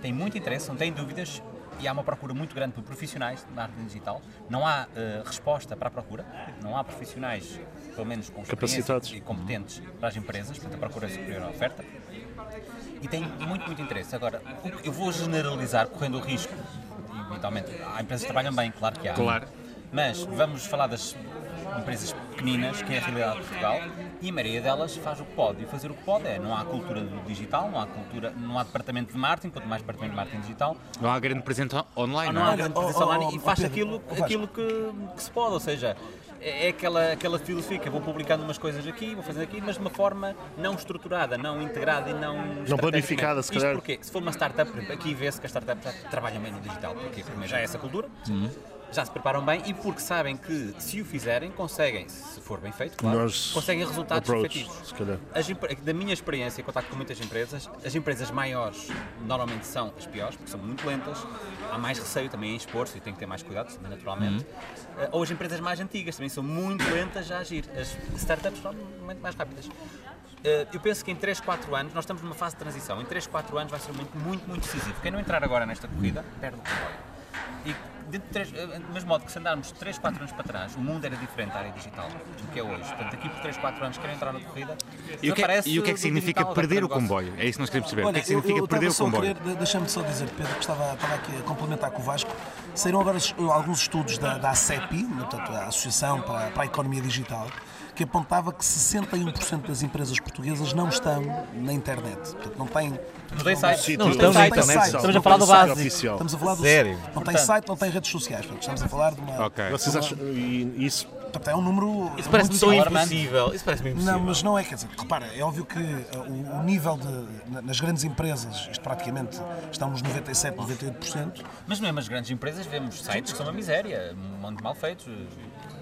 Speaker 1: Têm muito interesse, não têm dúvidas, e há uma procura muito grande por profissionais de marketing digital. Não há eh, resposta para a procura, não há profissionais, pelo menos com experiência
Speaker 2: Capacitados.
Speaker 1: e competentes para as empresas, portanto a procura é superior à oferta. E tem muito, muito interesse. Agora, o que- eu vou generalizar, correndo o risco, e eventualmente, há empresas que trabalham bem, claro que há.
Speaker 3: Claro.
Speaker 1: Mas vamos falar das empresas pequeninas, que é a realidade de Portugal, e a maioria delas faz o que pode. E fazer o que pode é, não há cultura do digital, não há cultura, não há departamento de marketing, quanto mais departamento de marketing digital,
Speaker 3: Não há grande presente on- online,
Speaker 1: Ah, não há
Speaker 3: não é?
Speaker 1: grande
Speaker 9: oh,
Speaker 1: proteção
Speaker 9: oh,
Speaker 1: online
Speaker 9: oh,
Speaker 1: e faz
Speaker 9: Pedro,
Speaker 1: aquilo,
Speaker 9: oh, Vasco.
Speaker 1: aquilo que, que se pode, ou seja, é é aquela, aquela filosofia que eu vou publicando umas coisas aqui, vou fazendo aqui, mas de uma forma não estruturada, não integrada e não... estrategicamente.
Speaker 2: planificada, se
Speaker 1: Isto
Speaker 2: calhar.
Speaker 1: porquê? Se for uma startup, por exemplo, aqui vê-se que as startups já trabalham bem no digital, porque já é essa cultura, já se preparam bem e porque sabem que se o fizerem, conseguem, se for bem feito, claro,
Speaker 2: Nós-
Speaker 1: conseguem resultados
Speaker 2: approach,
Speaker 1: efetivos.
Speaker 2: se calhar.
Speaker 1: As empre- da minha experiência, em contato com muitas empresas, as empresas maiores normalmente são as piores, porque são muito lentas, há mais receio também em expor-se e tem que ter mais cuidado, naturalmente.
Speaker 2: Uhum.
Speaker 1: Eh, Ou as empresas mais antigas também são muito lentas a agir. As startups são muito mais rápidas. Eh, Eu penso que em 3, 4 anos, nós estamos numa fase de transição, em 3, 4 anos vai ser um momento muito, muito decisivo. Quem não entrar agora nesta corrida, perde o comboio. E dentro de três, eh, do mesmo modo que se andarmos 3, 4 anos para trás, o mundo era diferente da área digital do que é hoje. Portanto, aqui por 3, 4 anos querem entrar na corrida.
Speaker 3: E o que é,
Speaker 1: desaparece
Speaker 3: e o que é que
Speaker 1: do
Speaker 3: significa
Speaker 1: digital,
Speaker 3: perder
Speaker 1: do
Speaker 3: o comboio? É isso que nós queremos saber. o que é que
Speaker 9: eu- eu
Speaker 3: significa
Speaker 9: estava
Speaker 3: perder o
Speaker 9: só a
Speaker 3: comboio?
Speaker 9: querer- de- Deixa-me só dizer, Pedro, que estava, estava aqui a complementar com o Vasco. Saíram agora os- alguns estudos da, da ACEPI, portanto, a Associação para, para a Economia Digital, que apontava que 61% das empresas portuguesas não estão na internet. Portanto, não têm.
Speaker 1: Não tem site.
Speaker 10: Não,
Speaker 1: Não
Speaker 10: estamos
Speaker 1: tem
Speaker 10: na
Speaker 1: site.
Speaker 10: internet
Speaker 9: site,
Speaker 10: só.
Speaker 1: Estamos a
Speaker 9: não
Speaker 1: falar
Speaker 9: tem
Speaker 1: do
Speaker 9: site.
Speaker 1: básico.
Speaker 2: Oficial.
Speaker 9: Estamos a falar do.
Speaker 10: Sério?
Speaker 9: Não
Speaker 1: Portanto-
Speaker 9: tem site, não tem redes sociais. Portanto, estamos a falar de uma.
Speaker 3: Ok.
Speaker 2: Vocês acham. E isso.
Speaker 9: Portanto, é um número.
Speaker 10: Isso parece-me
Speaker 9: muito
Speaker 10: tão
Speaker 9: alarmante.
Speaker 10: impossível. Isso parece-me impossível.
Speaker 9: Não, mas não é, quer dizer, repara, é óbvio que uh, o, o nível de, na- nas grandes empresas, isto praticamente está nos 97, 98%,
Speaker 1: Mas mesmo as grandes empresas vemos sites que são uma miséria, um muito mal feitos.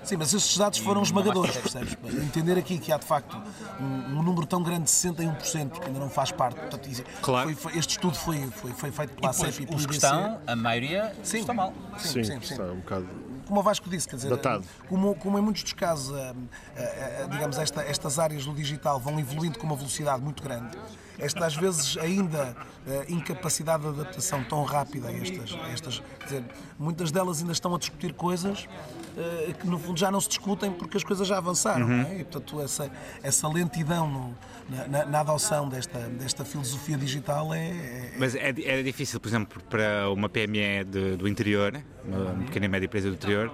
Speaker 9: sim, mas estes dados foram
Speaker 1: não
Speaker 9: esmagadores,
Speaker 1: vai ser.
Speaker 9: percebes? Para Entender aqui que há de facto um, um número tão grande de 61% que ainda não faz parte, portanto, isso-
Speaker 3: Claro.
Speaker 9: foi- foi- este estudo foi, foi, foi feito
Speaker 1: E
Speaker 9: pela
Speaker 1: depois,
Speaker 9: CEP e pelo
Speaker 1: os que
Speaker 9: IBC.
Speaker 1: estão, a maioria,
Speaker 9: um Sim,
Speaker 1: estão mal.
Speaker 9: Sim,
Speaker 2: Sim,
Speaker 9: sim, sim.
Speaker 2: está um bocado.
Speaker 9: como o Vasco disse, quer dizer,
Speaker 2: Datado.
Speaker 9: como, como em muitos dos casos, ah, ah, ah, digamos, esta- estas áreas do digital vão evoluindo com uma velocidade muito grande, esta às vezes ainda ah, incapacidade de adaptação tão rápida a estas, a estas quer dizer, muitas delas ainda estão a discutir coisas eh, que no fundo já não se discutem porque as coisas já avançaram. não é? E portanto, essa, essa lentidão no- na, na- na adoção desta, desta filosofia digital é- é,
Speaker 3: Mas é, di- é difícil, por exemplo, para uma PME de- do interior, uma, uma pequena e média empresa do interior,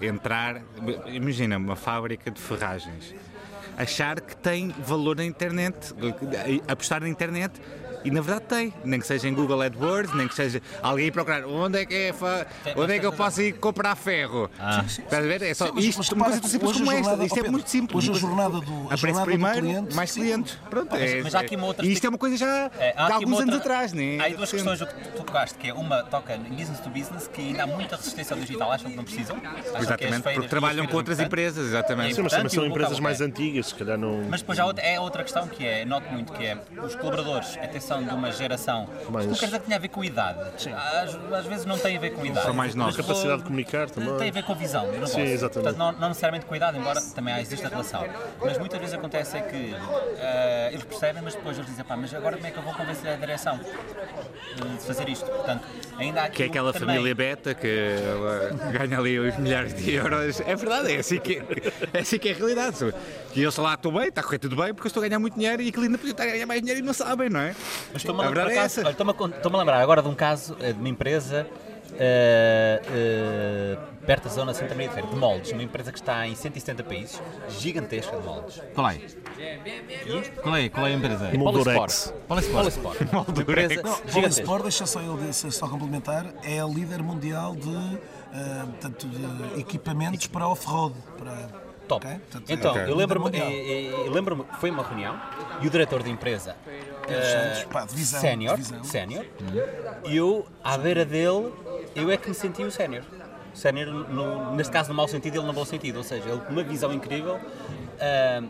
Speaker 3: entrar. Imagina, uma fábrica de ferragens. Achar que tem valor na internet, eh, apostar na internet. E na verdade tem, nem que seja em Google AdWords, nem que seja alguém ir procurar onde é que, é fa- onde é que eu posso ir comprar ferro. Estás a ver? É só
Speaker 9: Ah. Sim, mas-
Speaker 3: isto,
Speaker 9: mas
Speaker 3: uma coisa
Speaker 9: repara,
Speaker 3: tão simples
Speaker 9: hoje a
Speaker 3: como esta.
Speaker 9: jornada-
Speaker 3: Isto
Speaker 9: oh,
Speaker 3: é
Speaker 9: Pedro,
Speaker 3: muito simples.
Speaker 9: hoje a
Speaker 3: Uma coisa-
Speaker 9: jornada do- a
Speaker 3: Aparece
Speaker 9: jornada do
Speaker 3: primeiro,
Speaker 9: cliente,
Speaker 3: mais
Speaker 9: sim.
Speaker 3: clientes. Pronto, é,
Speaker 1: mas há aqui uma outra
Speaker 3: e isto é uma coisa já
Speaker 1: É, há
Speaker 3: de
Speaker 1: aqui
Speaker 3: alguns
Speaker 1: uma outra-
Speaker 3: anos atrás,
Speaker 1: Há
Speaker 3: né?
Speaker 1: aí duas
Speaker 3: Sempre.
Speaker 1: questões que tu tocaste, que é uma toca no business to business, que ainda há muita resistência ao digital, acham que não precisam. acham que é as
Speaker 3: Exatamente,
Speaker 1: feiras-
Speaker 3: porque trabalham
Speaker 1: e as feiras
Speaker 3: com outras
Speaker 1: importantes.
Speaker 3: empresas, exatamente.
Speaker 1: Sim,
Speaker 2: Sim, mas também
Speaker 1: Portanto,
Speaker 2: são
Speaker 1: e o
Speaker 2: empresas
Speaker 1: local,
Speaker 2: mais
Speaker 1: é.
Speaker 2: antigas, se calhar não.
Speaker 1: Mas depois há outra, é outra questão que é, noto muito, que é os colaboradores, atenção de uma geração. Mas...
Speaker 2: Mais-
Speaker 1: Tu queres dizer que tinha a ver com a idade? Às, às vezes não tem a ver com a idade.
Speaker 3: São mais novos.
Speaker 1: Mas
Speaker 2: Capacidade de comunicar
Speaker 3: é?
Speaker 2: também.
Speaker 1: Tem a ver com a visão do negócio.
Speaker 2: Sim, exatamente.
Speaker 1: Portanto, não, não necessariamente com a idade, embora também há- existe a relação. Mas muitas vezes acontece é que eh, eles percebem, mas depois eles dizem, pá, mas agora como é que eu vou convencer a direção eh, de fazer isto? Portanto, ainda há aqui um
Speaker 3: Que é aquela
Speaker 1: também-
Speaker 3: família beta que ela ganha ali os milhares de euros. É verdade, é assim que é, assim que é a realidade. E eles lá estou bem, está a correr tudo bem, porque eu estou a ganhar muito dinheiro e aquilo ainda podia estar a ganhar mais dinheiro e não sabem, não é?
Speaker 1: Mas estou-me a,
Speaker 3: A
Speaker 1: lembrar, por
Speaker 3: verdade é
Speaker 1: acaso,
Speaker 3: essa.
Speaker 1: olha, estou-me a con- estou-me a lembrar agora de um caso eh, de uma empresa eh, eh, perto da zona de Santa Maria de Feira, de moldes, uma empresa que está em 170 países, gigantesca de moldes. Qual é? Qual é, qual é a empresa?
Speaker 2: Moldurex.
Speaker 1: Polisport. Polisport. Uma empresa
Speaker 9: Bola
Speaker 1: gigantesca.
Speaker 9: Sport, deixa só eu dizer- só complementar, é a líder mundial de, ah, portanto, de equipamentos para off-road. Para,
Speaker 1: Top.
Speaker 9: ok? Portanto,
Speaker 1: Então,
Speaker 9: é
Speaker 1: eu
Speaker 9: líder
Speaker 1: lembro-me,
Speaker 9: mundial.
Speaker 1: eh, eh, eu lembro-me, foi uma reunião e o diretor da empresa,
Speaker 9: Pedro É Santos, pá, divisão,
Speaker 1: eh, sénior,
Speaker 9: divisão.
Speaker 1: sénior, e eu, à beira dele, eu é que me senti o sénior. Sénior, no- neste caso, no mau sentido, ele no bom sentido, ou seja, ele com uma visão incrível ah,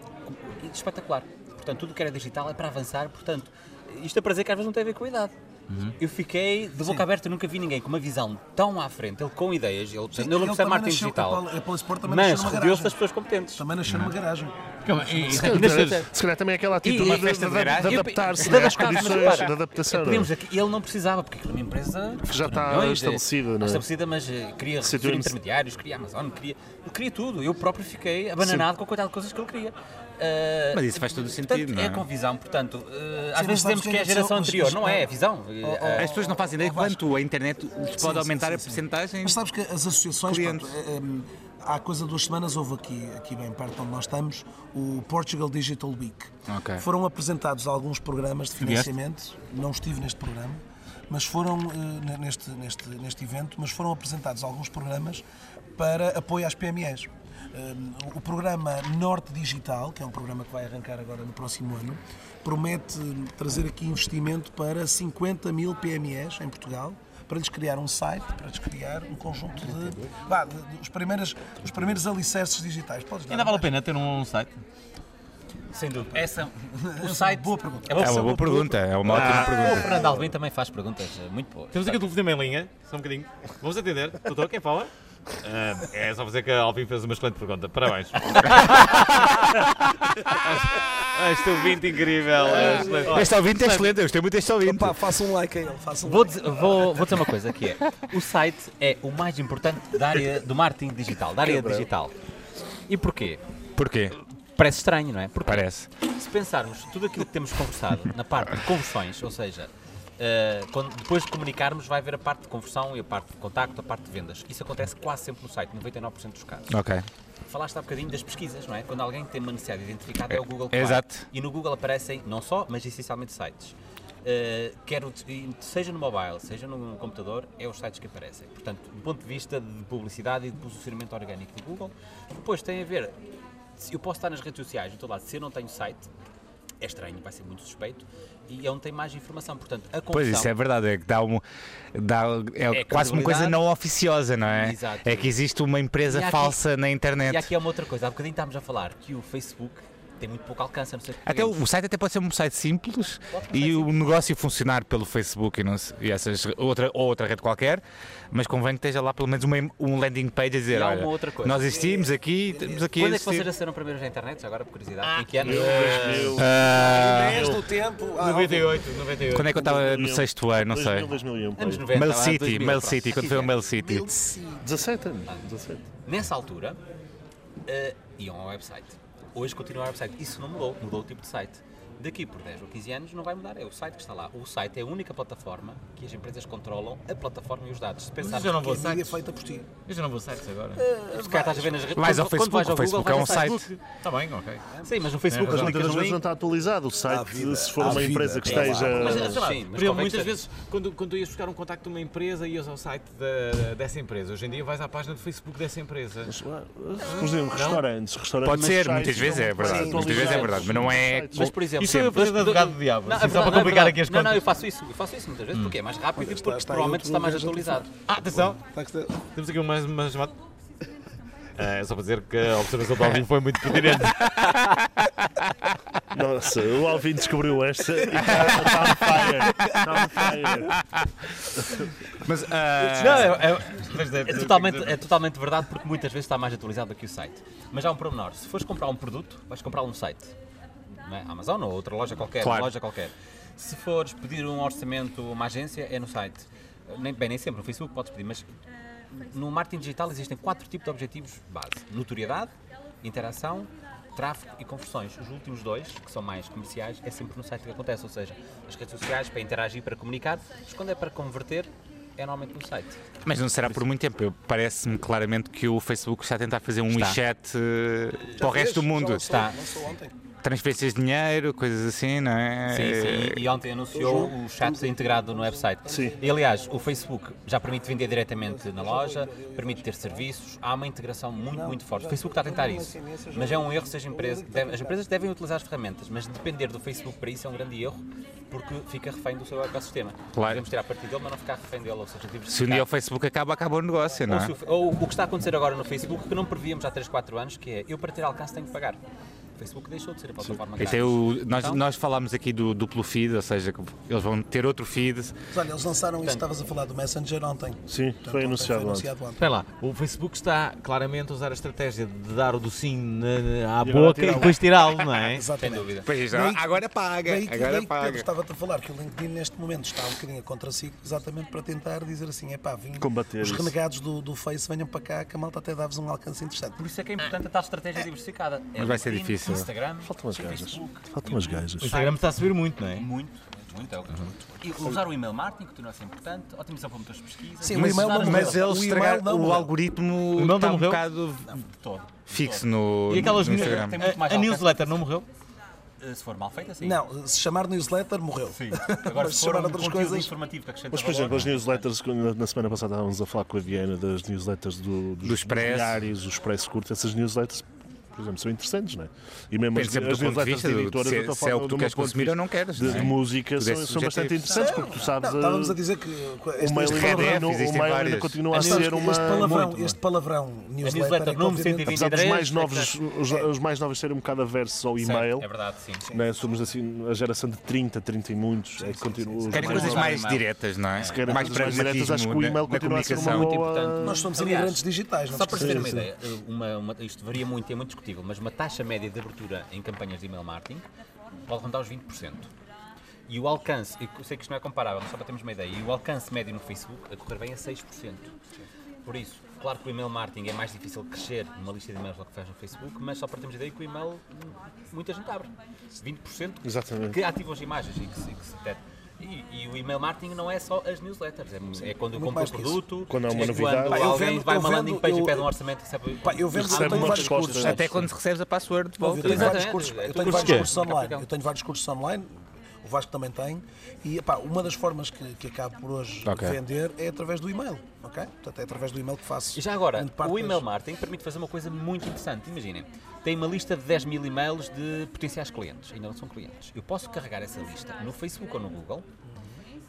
Speaker 1: e espetacular. Portanto, tudo que era digital é para avançar, portanto, isto é prazer que às vezes não tem a ver com a idade. Eu fiquei de boca aberta, nunca vi ninguém com uma visão tão à frente, ele com ideias, ele, ele não
Speaker 9: ele
Speaker 1: percebe
Speaker 9: também
Speaker 1: marketing
Speaker 9: nasceu- a
Speaker 1: digital,
Speaker 9: Bola- a Bola Sport também nasceu
Speaker 1: mas
Speaker 9: numa
Speaker 1: rodeou-se
Speaker 9: garagem.
Speaker 1: das pessoas competentes.
Speaker 9: Também nasceu
Speaker 1: Hum.
Speaker 9: numa garagem.
Speaker 2: Se calhar também é aquela atitude
Speaker 1: E-
Speaker 2: de, de- de- de adaptar-se né, às condições de adaptação. não é?
Speaker 1: Podíamos aqui, ele não precisava, porque aquilo é uma empresa
Speaker 2: Que já está
Speaker 1: milhões, é,
Speaker 2: estabelecida, não é?
Speaker 1: Estabelecida, mas eh, queria
Speaker 2: Sim,
Speaker 1: reduzir
Speaker 2: tu-
Speaker 1: intermediários, queria Amazon, queria, queria tudo. Eu próprio fiquei abananado com a quantidade de coisas que ele queria. Eh,
Speaker 3: Mas isso faz todo o
Speaker 1: portanto,
Speaker 3: sentido, não
Speaker 1: é?
Speaker 3: é?
Speaker 1: com visão, portanto, eh, às
Speaker 9: Sim, mas
Speaker 1: vezes
Speaker 9: sabes
Speaker 1: dizemos
Speaker 9: que
Speaker 1: que é a
Speaker 9: é isso,
Speaker 1: geração
Speaker 9: mas-
Speaker 1: anterior,
Speaker 9: mas
Speaker 1: não é,
Speaker 9: não.
Speaker 1: é visão. Eh, eh,
Speaker 3: As pessoas não fazem ideia
Speaker 9: Oh, Vasco.
Speaker 3: quanto a internet
Speaker 9: Sim,
Speaker 3: pode
Speaker 9: sim,
Speaker 3: aumentar
Speaker 9: sim,
Speaker 3: a
Speaker 9: sim.
Speaker 3: porcentagem.
Speaker 9: Mas sabes que as associações.
Speaker 3: clientes.
Speaker 9: pronto, eh, em, há coisa de duas semanas houve aqui, aqui bem perto onde nós estamos, o Portugal Digital Week.
Speaker 3: Ok.
Speaker 9: Foram apresentados alguns programas de financiamento, não estive neste programa, mas foram eh, ne- neste, neste, neste evento, mas foram apresentados alguns programas para apoio às PMEs. Um, O programa Norte Digital, que é um programa que vai arrancar agora no próximo ano, promete hum, trazer aqui investimento para 50 mil PMEs em Portugal, para lhes criar um site, para lhes criar um conjunto de. Vá, de- de- os, primeiros, os primeiros alicerces digitais. Podes dar
Speaker 10: Ainda vale a pena ter um site?
Speaker 1: sem dúvida. Essa, o site.
Speaker 9: boa pergunta.
Speaker 1: É uma,
Speaker 3: É uma boa pergunta, é
Speaker 1: Ah,
Speaker 3: uma ótima
Speaker 1: O
Speaker 3: pergunta.
Speaker 1: Fernando Alvim também faz perguntas eh, muito boas.
Speaker 10: Temos aqui o telefonema em linha, só um bocadinho. Vamos atender. Doutor, quem fala? Ah, é só dizer que a Alvin fez uma excelente pergunta. Parabéns. Este ouvinte incrível. é excelente.
Speaker 3: Este ouvinte é excelente, eu gostei muito deste ouvinte.
Speaker 9: Pá, faça um like a ele, faça um
Speaker 1: Vou dizer, vou- vou dizer uma coisa que é, o site é o mais importante da área do marketing digital, da área digital. E porquê?
Speaker 3: Porquê?
Speaker 1: Parece estranho, não é? Porque
Speaker 3: Parece.
Speaker 1: se pensarmos tudo aquilo que temos conversado na parte de conversões, ou seja, eh, quando- depois de comunicarmos vai haver a parte de conversão e a parte de contacto, a parte de vendas. Isso acontece quase sempre no site, 99% dos casos.
Speaker 3: Ok.
Speaker 1: Falaste há bocadinho das pesquisas, não é? Quando alguém tem uma necessidade identificada é o Google que
Speaker 3: É,
Speaker 1: vai.
Speaker 3: exato.
Speaker 1: E no Google aparecem não só, mas essencialmente sites. Uh, quero, e seja no mobile, seja no computador, é os sites que aparecem. Portanto, do ponto de vista de publicidade e de posicionamento orgânico do Google, depois tem a ver, se eu posso estar nas redes sociais, estou lá, se eu não tenho site, é estranho, vai ser muito suspeito, e é onde tem mais informação. Portanto, a
Speaker 3: Pois
Speaker 1: confusão-
Speaker 3: isso é verdade, é que dá um, dá, é,
Speaker 1: É
Speaker 3: quase uma coisa
Speaker 1: credibilidade.
Speaker 3: não oficiosa, não é?
Speaker 1: Exato.
Speaker 3: É que existe uma empresa
Speaker 1: E há aqui-
Speaker 3: falsa na
Speaker 1: E
Speaker 3: internet.
Speaker 1: aqui é uma outra coisa, há bocadinho estávamos a falar que o Facebook tem muito pouco alcance, a não ser que
Speaker 3: Até o, o site até pode ser um site simples
Speaker 1: um
Speaker 3: e o negócio funcionar pelo Facebook e, não se- e essas, outra, ou outra rede qualquer, mas convém que esteja lá pelo menos uma em- um landing page a dizer:
Speaker 1: E há uma
Speaker 3: olha,
Speaker 1: outra coisa.
Speaker 3: nós existimos aqui, estamos aqui
Speaker 1: Quando é
Speaker 3: a
Speaker 1: que
Speaker 3: existir.
Speaker 10: Ah,
Speaker 1: vocês nasceram primeiros na internet? Já Agora, por curiosidade. em que ano?
Speaker 2: Eu, dois mil,
Speaker 3: Ah,
Speaker 9: do tempo. Ah,
Speaker 10: 98, 98.
Speaker 3: Quando é que eu estava no sexto ano? Não sei.
Speaker 2: 2000, 2001.
Speaker 1: Anos
Speaker 2: pai.
Speaker 1: 90.
Speaker 3: Mail
Speaker 1: lá,
Speaker 3: City,
Speaker 1: 2000,
Speaker 3: Mail
Speaker 1: pronto.
Speaker 3: City, quando foi o Mail City.
Speaker 2: 17 anos. 17.
Speaker 1: Nessa altura, eh, iam ao website. Hoje continua o website. Isso não mudou, mudou o tipo de site. Daqui por 10 ou 15 anos não vai mudar, é o site que está lá. O site é a única plataforma que as empresas controlam a plataforma e os dados. Se pensar
Speaker 10: Mas eu já não vou
Speaker 9: A
Speaker 10: usar.
Speaker 9: mídia é feita por ti.
Speaker 10: Eu já não vou sites agora.
Speaker 1: Se calhar estás a ver nas redes
Speaker 3: Vais ao
Speaker 1: quando- quando
Speaker 3: Facebook,
Speaker 1: vais ao
Speaker 3: o Facebook
Speaker 1: Google,
Speaker 3: é um
Speaker 1: vais ao
Speaker 3: site.
Speaker 10: Está Tá bem, ok.
Speaker 1: Sim, mas no Facebook
Speaker 10: É
Speaker 2: Mas
Speaker 1: as clicas
Speaker 2: muitas das
Speaker 1: no
Speaker 2: vezes não um
Speaker 1: link.
Speaker 2: está atualizado. O
Speaker 9: Há
Speaker 2: site,
Speaker 9: vida,
Speaker 2: se for
Speaker 9: há
Speaker 2: uma
Speaker 9: vida,
Speaker 2: empresa que
Speaker 9: é lá.
Speaker 2: esteja.
Speaker 1: Sim,
Speaker 4: Mas, sei lá,
Speaker 1: mas é
Speaker 4: por
Speaker 1: qualquer
Speaker 4: exemplo, muitas
Speaker 1: coisa.
Speaker 4: vezes, quando, quando tu ias buscar um contacto de uma empresa, ias ao site da- dessa empresa. Hoje em dia vais à página do Facebook dessa empresa.
Speaker 2: Por exemplo, restaurantes. restaurantes
Speaker 3: Pode
Speaker 2: mas
Speaker 3: ser,
Speaker 2: sites
Speaker 3: muitas vezes é
Speaker 2: não
Speaker 3: verdade.
Speaker 2: atualizados.
Speaker 3: Muitas vezes é verdade, mas não é.
Speaker 2: Sites.
Speaker 1: Mas, por exemplo,
Speaker 10: Isso eu ia fazer de
Speaker 1: mas-
Speaker 10: advogado do diabo,
Speaker 1: Não,
Speaker 10: assim,
Speaker 1: é
Speaker 10: só para
Speaker 1: verdade,
Speaker 10: complicar
Speaker 1: é
Speaker 10: aqui as
Speaker 1: verdade. Não, não, eu
Speaker 10: contas.
Speaker 1: faço isso, eu faço isso muitas vezes porque é mais rápido e porque
Speaker 9: está aí
Speaker 1: provavelmente
Speaker 9: outro
Speaker 1: está mais
Speaker 9: lugar, já te
Speaker 1: atualizado.
Speaker 10: Ah, atenção,
Speaker 9: Está que está-
Speaker 10: temos aqui mais uma chamada. Ah, só para dizer que a observação do Alvin foi muito pertinente.
Speaker 2: Nossa, o Alvin descobriu esta e está está on fire. Está on fire.
Speaker 3: Mas, ah,
Speaker 10: Não, é- é- mas
Speaker 1: É totalmente, é totalmente verdade porque muitas vezes está mais atualizado do que o site. Mas há um pormenor, se fores comprar um produto, vais comprar um site. Não é? Amazon ou outra loja qualquer,
Speaker 3: Claro.
Speaker 1: uma loja qualquer. Se fores pedir um orçamento a uma agência, é no site. Nem, bem, nem sempre, no Facebook podes pedir, mas no marketing digital existem quatro tipos de objetivos base. Notoriedade, interação, tráfego e conversões. Os últimos dois, que são mais comerciais, é sempre no site que acontece, ou seja, as redes sociais para interagir, para comunicar, mas quando é para converter, é normalmente no site.
Speaker 3: mas não será por muito tempo. Eu- Parece-me claramente que o Facebook está a tentar fazer um WeChat eh, para o resto do mundo.
Speaker 1: Está.
Speaker 9: Lançou ontem.
Speaker 3: Transferências de dinheiro, coisas assim, não é?
Speaker 1: Sim, sim. E, e ontem anunciou o chat integrado no website.
Speaker 2: Sim.
Speaker 1: E, aliás, o Facebook já permite vender diretamente na loja, permite ter serviços, há uma integração muito, muito forte. O Facebook está a tentar isso. Mas é um erro se as empresas. Devem, as empresas devem utilizar as ferramentas, mas depender do Facebook para isso é um grande erro, porque fica refém do seu ecossistema.
Speaker 3: Claro.
Speaker 1: Devemos tirar partido dele, mas não ficar refém dele, ou seja,
Speaker 3: Se um dia
Speaker 1: diversificar.
Speaker 3: o Facebook acaba, acaba o negócio, não
Speaker 1: Ou,
Speaker 3: é?
Speaker 1: se o, ou o que está a acontecer agora no Facebook, que não prevíamos há 3, 4 anos, que é eu para ter alcance tenho que pagar. O Facebook deixou de ser a plataforma
Speaker 3: E
Speaker 1: grátis.
Speaker 3: tem o- nós,
Speaker 1: Então-
Speaker 3: nós falámos aqui do duplo feed, ou seja, que eles vão ter outro feed.
Speaker 9: Mas olha, eles lançaram isso, estavas a falar do Messenger ontem.
Speaker 2: Sim,
Speaker 9: Portanto,
Speaker 2: foi
Speaker 9: ontem
Speaker 2: anunciado ontem.
Speaker 9: anunciado ontem.
Speaker 10: Espera lá, o Facebook está claramente a usar a estratégia de dar o docinho na- na- à
Speaker 2: E agora
Speaker 10: boca e
Speaker 2: tirá-lo.
Speaker 10: depois tirá-lo, não é?
Speaker 1: Sem
Speaker 9: Exatamente.
Speaker 1: dúvida.
Speaker 3: Pois já,
Speaker 9: Daí-
Speaker 3: agora paga,
Speaker 9: Daí que,
Speaker 1: é
Speaker 3: agora
Speaker 9: daí que Pedro
Speaker 3: paga.
Speaker 9: estava-te a falar que o LinkedIn neste momento está um bocadinho a contra si, exatamente para tentar dizer assim, é pá, vim,
Speaker 2: Combater
Speaker 9: os
Speaker 2: isso.
Speaker 9: renegados do, do Face venham para cá, que a malta até dá-vos um alcance interessante.
Speaker 1: Por isso é que é importante a tal estratégia diversificada. É
Speaker 3: Mas vai ser
Speaker 1: LinkedIn,
Speaker 3: difícil.
Speaker 1: Instagram,
Speaker 2: Faltam umas gajas.
Speaker 1: Facebook,
Speaker 2: Faltam umas gajas.
Speaker 10: O Instagram está a subir muito, não é?
Speaker 1: muito, muito, é o que muito. E usar o e-mail marketing continua a ser importante, otimização para motores de pesquisa.
Speaker 9: Sim,
Speaker 3: Mas,
Speaker 9: o e-mail não
Speaker 1: usar-
Speaker 9: morreu.
Speaker 3: mas eles
Speaker 9: O e-mail
Speaker 3: estragaram-
Speaker 9: não
Speaker 3: o,
Speaker 9: morreu.
Speaker 3: algoritmo
Speaker 10: não
Speaker 3: está um
Speaker 10: morreu?
Speaker 3: bocado
Speaker 1: Todo.
Speaker 3: fixo no,
Speaker 10: E aquelas
Speaker 3: no
Speaker 10: ne-
Speaker 3: Instagram.
Speaker 1: Tem muito mais
Speaker 10: a, a
Speaker 1: alcance.
Speaker 10: newsletter não morreu?
Speaker 1: Eh, Se for mal feita, sim.
Speaker 9: Não, se chamar newsletter, morreu.
Speaker 1: Sim. Agora,
Speaker 9: Mas
Speaker 1: se for
Speaker 9: chamar
Speaker 1: um
Speaker 9: outras
Speaker 1: conteúdo
Speaker 9: coisas-
Speaker 1: informativo que acrescenta
Speaker 2: Mas, por
Speaker 1: valor,
Speaker 2: exemplo, as newsletters, quando na semana passada estávamos a falar com a Diana das newsletters do,
Speaker 3: Do Expresso.
Speaker 2: diários, o Expresso Curto, essas newsletters, por exemplo, são interessantes, não é? E mesmo
Speaker 3: Depende sempre do ponto de vista, do- se-
Speaker 2: eu estou a
Speaker 3: se
Speaker 2: falar
Speaker 3: é o que tu
Speaker 2: do
Speaker 3: queres
Speaker 2: meu ponto de
Speaker 3: consumir
Speaker 2: vista
Speaker 3: ou não queres,
Speaker 2: De,
Speaker 3: não é?
Speaker 2: de música
Speaker 3: Tudo é
Speaker 2: são, são bastante
Speaker 3: subjetivo.
Speaker 2: interessantes, porque tu
Speaker 9: Não,
Speaker 2: sabes. a-
Speaker 9: estávamos a dizer que este-
Speaker 2: Uh, o mail
Speaker 9: este
Speaker 2: ainda
Speaker 3: PDF,
Speaker 9: palavra-
Speaker 2: continua- o
Speaker 3: existem
Speaker 2: mail ainda
Speaker 3: vários.
Speaker 2: continua a
Speaker 9: Sabes que
Speaker 2: ser uma.
Speaker 9: este palavrão,
Speaker 2: muito, é?
Speaker 9: este palavrão newsletter,
Speaker 10: newsletter
Speaker 9: é que,
Speaker 10: número
Speaker 9: obviamente,
Speaker 10: 120.
Speaker 2: Apesar dos mais
Speaker 10: 23,
Speaker 2: novos, os, os mais novos serem um bocado aversos ao
Speaker 1: certo,
Speaker 2: e-mail,
Speaker 1: É verdade, sim.
Speaker 2: né? somos assim a geração de 30, 30 e muitos, é que continua. os
Speaker 3: Querem
Speaker 2: mais
Speaker 3: coisas
Speaker 2: novos.
Speaker 3: mais
Speaker 1: não.
Speaker 3: diretas, não é?
Speaker 2: querem
Speaker 3: mais
Speaker 2: coisas mais diretas,
Speaker 3: pragmatismo
Speaker 2: acho que o
Speaker 3: na-
Speaker 2: e-mail
Speaker 3: na
Speaker 2: continua a ser uma
Speaker 3: comunicação.
Speaker 2: boa-
Speaker 1: importante.
Speaker 9: Nós somos
Speaker 1: Aliás,
Speaker 9: imigrantes digitais, não é?
Speaker 1: Só para se ter
Speaker 9: esqueças.
Speaker 1: uma ideia, eh, uma- uma- isto varia muito e é muito discutível, mas uma taxa média de abertura em campanhas de e-mail marketing pode rondar os 20%. E o alcance, eu sei que isto não é comparável, mas só para termos uma ideia, e o alcance médio no Facebook a correr bem é 6%. Por isso, claro que o e-mail marketing é mais difícil de crescer numa lista de e-mails do que faz no Facebook, mas só para termos ideia que o e-mail hum, muita gente abre. 20%
Speaker 2: Exatamente.
Speaker 1: que ativam as imagens e que se, que se detectam. E, e o e-mail marketing não é só as newsletters, é, é quando eu compro
Speaker 9: mais
Speaker 1: o
Speaker 9: que isso.
Speaker 1: produto,
Speaker 2: Quando há uma
Speaker 1: é
Speaker 2: novidade.
Speaker 1: quando
Speaker 2: Pá,
Speaker 9: eu
Speaker 1: alguém
Speaker 9: vendo-
Speaker 1: vai a
Speaker 9: eu
Speaker 1: uma
Speaker 9: vendo-
Speaker 1: landing page
Speaker 9: eu-
Speaker 1: e pede um orçamento e recebe.
Speaker 9: Pá, eu vendo, eu
Speaker 2: Recebe
Speaker 9: tenho
Speaker 2: uma
Speaker 9: vários
Speaker 2: é resposta. né?
Speaker 9: cursos.
Speaker 3: Até quando recebes a password de
Speaker 9: Eu
Speaker 3: volta.
Speaker 9: tenho vários
Speaker 1: Exatamente.
Speaker 9: cursos, eu
Speaker 1: Cursos
Speaker 9: tenho vários
Speaker 1: quê?
Speaker 9: cursos online.
Speaker 1: Aplicam.
Speaker 9: Eu tenho vários cursos online. O Vasco também tem. E epá, uma das formas que, que acabo por hoje
Speaker 3: Ok.
Speaker 9: vender é através do e-mail. ok? Portanto, é através do e-mail que faço.
Speaker 1: E já agora,
Speaker 9: grande parte
Speaker 1: o e-mail
Speaker 9: das-
Speaker 1: marketing permite fazer uma coisa muito interessante. Imaginem, tem uma lista de 10 mil e-mails de potenciais clientes, ainda não são clientes. Eu posso carregar essa lista no Facebook ou no Google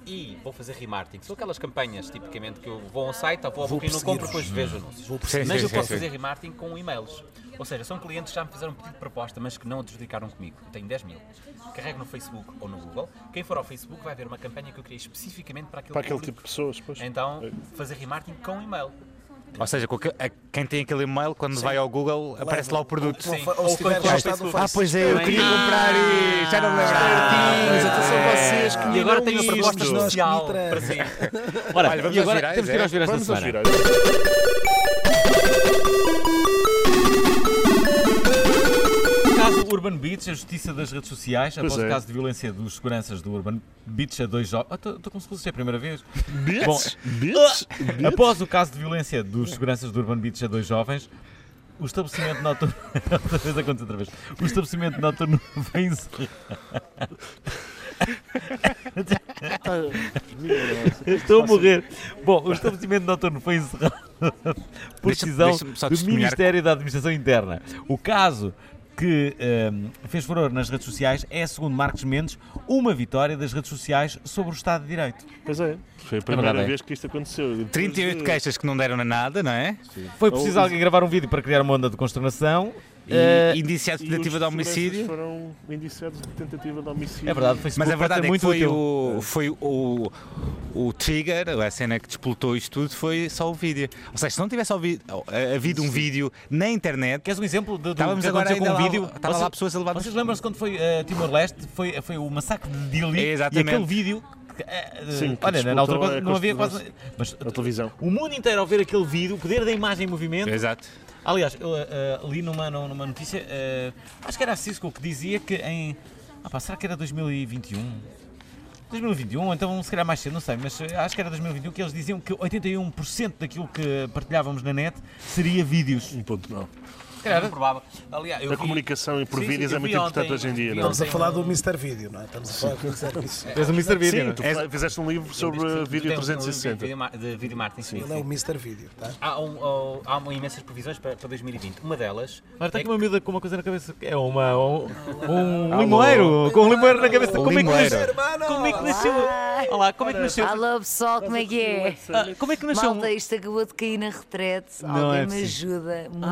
Speaker 1: e vou fazer remarketing. São aquelas campanhas tipicamente que eu vou a um site, ou vou a
Speaker 9: Vou
Speaker 1: boca e não compro,
Speaker 9: perseguir-vos.
Speaker 1: depois vejo anúncios.
Speaker 9: Vou
Speaker 3: Sim,
Speaker 1: mas
Speaker 3: sim,
Speaker 1: eu
Speaker 3: sim,
Speaker 1: posso
Speaker 3: sim.
Speaker 1: fazer remarketing com e-mails. Ou seja, são clientes que já me fizeram um pedido de proposta, mas que não adjudicaram comigo. Eu tenho 10 mil. Carrego no Facebook ou no Google. Quem for ao Facebook vai ver uma campanha que eu criei especificamente para aquele,
Speaker 2: Para aquele
Speaker 1: público.
Speaker 2: tipo de pessoas, pois.
Speaker 1: Então, fazer remarketing com e-mail.
Speaker 3: Ou seja, com aquele- a- quem tem aquele e-mail, quando vai ao Google, aparece lá o produto.
Speaker 9: Ou, fa- ou se tiver registado no
Speaker 3: Ah,
Speaker 9: Face. Ah,
Speaker 3: pois é, eu queria comprar e já não me lembro.
Speaker 2: Mas atenção vocês que
Speaker 1: E agora
Speaker 10: um
Speaker 1: tenho uma
Speaker 2: isto.
Speaker 1: proposta
Speaker 9: Nós que
Speaker 1: especial
Speaker 9: mitra-
Speaker 1: para si.
Speaker 10: Ora,
Speaker 3: Olha, vamos
Speaker 10: e
Speaker 3: aos
Speaker 10: agora
Speaker 3: virais,
Speaker 10: temos que
Speaker 3: é?
Speaker 10: ir aos virais da
Speaker 2: Vamos aos
Speaker 10: semana.
Speaker 2: virais.
Speaker 10: Caso Urban Beach, a justiça das redes sociais, após
Speaker 2: é.
Speaker 10: o caso de violência dos seguranças do Urban Beach a dois jovens. Ah, Estou como se fosse a primeira vez. Bom,
Speaker 2: Bitch, bitch, bitch.
Speaker 10: Após o caso de violência dos seguranças do Urban Beach a dois jovens, o estabelecimento noturno. outra vez acontece outra vez. O estabelecimento noturno foi encerrado. Estou a morrer. Bom, o estabelecimento noturno foi encerrado por
Speaker 3: Deixa-
Speaker 10: decisão
Speaker 3: deixa-me só
Speaker 10: do
Speaker 3: testemunhar-
Speaker 10: Ministério da Administração Interna. O caso que ehm, fez furor nas redes sociais é, segundo Marcos Mendes, uma vitória das redes sociais sobre o Estado de Direito.
Speaker 2: Pois é, foi a
Speaker 10: verdade,
Speaker 2: primeira
Speaker 10: é.
Speaker 2: vez que isto aconteceu. Depois eh,
Speaker 3: 38
Speaker 2: de-
Speaker 3: queixas que não deram na nada, não é?
Speaker 10: Foi preciso alguém gravar um vídeo para criar uma onda de consternação.
Speaker 3: E indiciado de
Speaker 2: Eh, e
Speaker 3: tentativa
Speaker 2: os
Speaker 3: de
Speaker 2: seguranças
Speaker 3: homicídio.
Speaker 2: foram indiciados de tentativa de homicídio.
Speaker 10: É verdade, foi
Speaker 3: Mas a verdade é que
Speaker 10: muito
Speaker 3: foi,
Speaker 10: útil.
Speaker 3: o, foi o, o trigger, a cena que despolutou isto tudo, foi só o vídeo. Ou seja, se não tivesse ouvi- eh, havido um vídeo na internet,
Speaker 10: Queres um exemplo de, do
Speaker 3: Estávamos
Speaker 10: que
Speaker 3: agora
Speaker 10: aconteceu com um
Speaker 3: ainda lá-
Speaker 10: vídeo?
Speaker 3: estava lá
Speaker 10: Vocês-
Speaker 3: pessoas a levar nos-
Speaker 10: Vocês lembram-se quando foi eh, Timor-Leste? Foi, foi o massacre de Dili
Speaker 3: É,
Speaker 10: e
Speaker 3: exatamente.
Speaker 10: aquele vídeo... que, eh,
Speaker 2: Sim, que
Speaker 10: olha, na
Speaker 2: disputou
Speaker 10: altura
Speaker 2: a
Speaker 10: quase- não havia
Speaker 2: Constituição.
Speaker 10: quase... Mas,
Speaker 2: A televisão.
Speaker 10: o mundo inteiro ao ver aquele vídeo, o poder da imagem em movimento...
Speaker 3: Exato.
Speaker 10: Aliás, eu eh, eh, li numa, numa notícia, eh, acho que era a Cisco que dizia que em... Ah pá, será que era 2021? 2021, então se calhar mais cedo, não sei, mas eh, acho que era 2021 que eles diziam que 81% daquilo que partilhávamos na net seria vídeos.
Speaker 2: Um ponto não.
Speaker 1: Era provável. Aliás, eu
Speaker 2: A
Speaker 1: vi-
Speaker 2: comunicação por
Speaker 1: Sim,
Speaker 2: vídeos
Speaker 1: sim,
Speaker 2: é
Speaker 1: eu vi
Speaker 2: muito importante
Speaker 1: ontem-
Speaker 2: hoje em dia,
Speaker 1: vi
Speaker 2: não é?
Speaker 9: Estamos a falar do Mr. Video, não é? Estamos a falar do Mr. Video.
Speaker 10: Fez um Mr. Video,
Speaker 1: é?
Speaker 2: Sim, tu fa- fizeste um livro sobre
Speaker 1: Sim,
Speaker 2: vídeo
Speaker 1: tem um-
Speaker 2: 360.
Speaker 1: vídeo ma- De vídeo marketing, sim.
Speaker 9: Ele é o Mr. Video, tá?
Speaker 1: Há, um- há um- há uma imensas previsões para, para 2020. Uma delas.
Speaker 10: Mas está
Speaker 1: é
Speaker 10: aqui uma miúda com uma coisa na cabeça. É uma. Um, um limoeiro! Com um limoeiro na cabeça. Como é que
Speaker 3: limoeiro.
Speaker 10: nasceu? Como é que nasceu? Olá, como é que nasceu?
Speaker 6: Alô pessoal, como é que é?
Speaker 10: Ah, Como é que nasceu?
Speaker 6: Malta, isto acabou de cair na retrete.
Speaker 10: Não
Speaker 6: Alguém me
Speaker 10: é possível.
Speaker 6: ajuda muito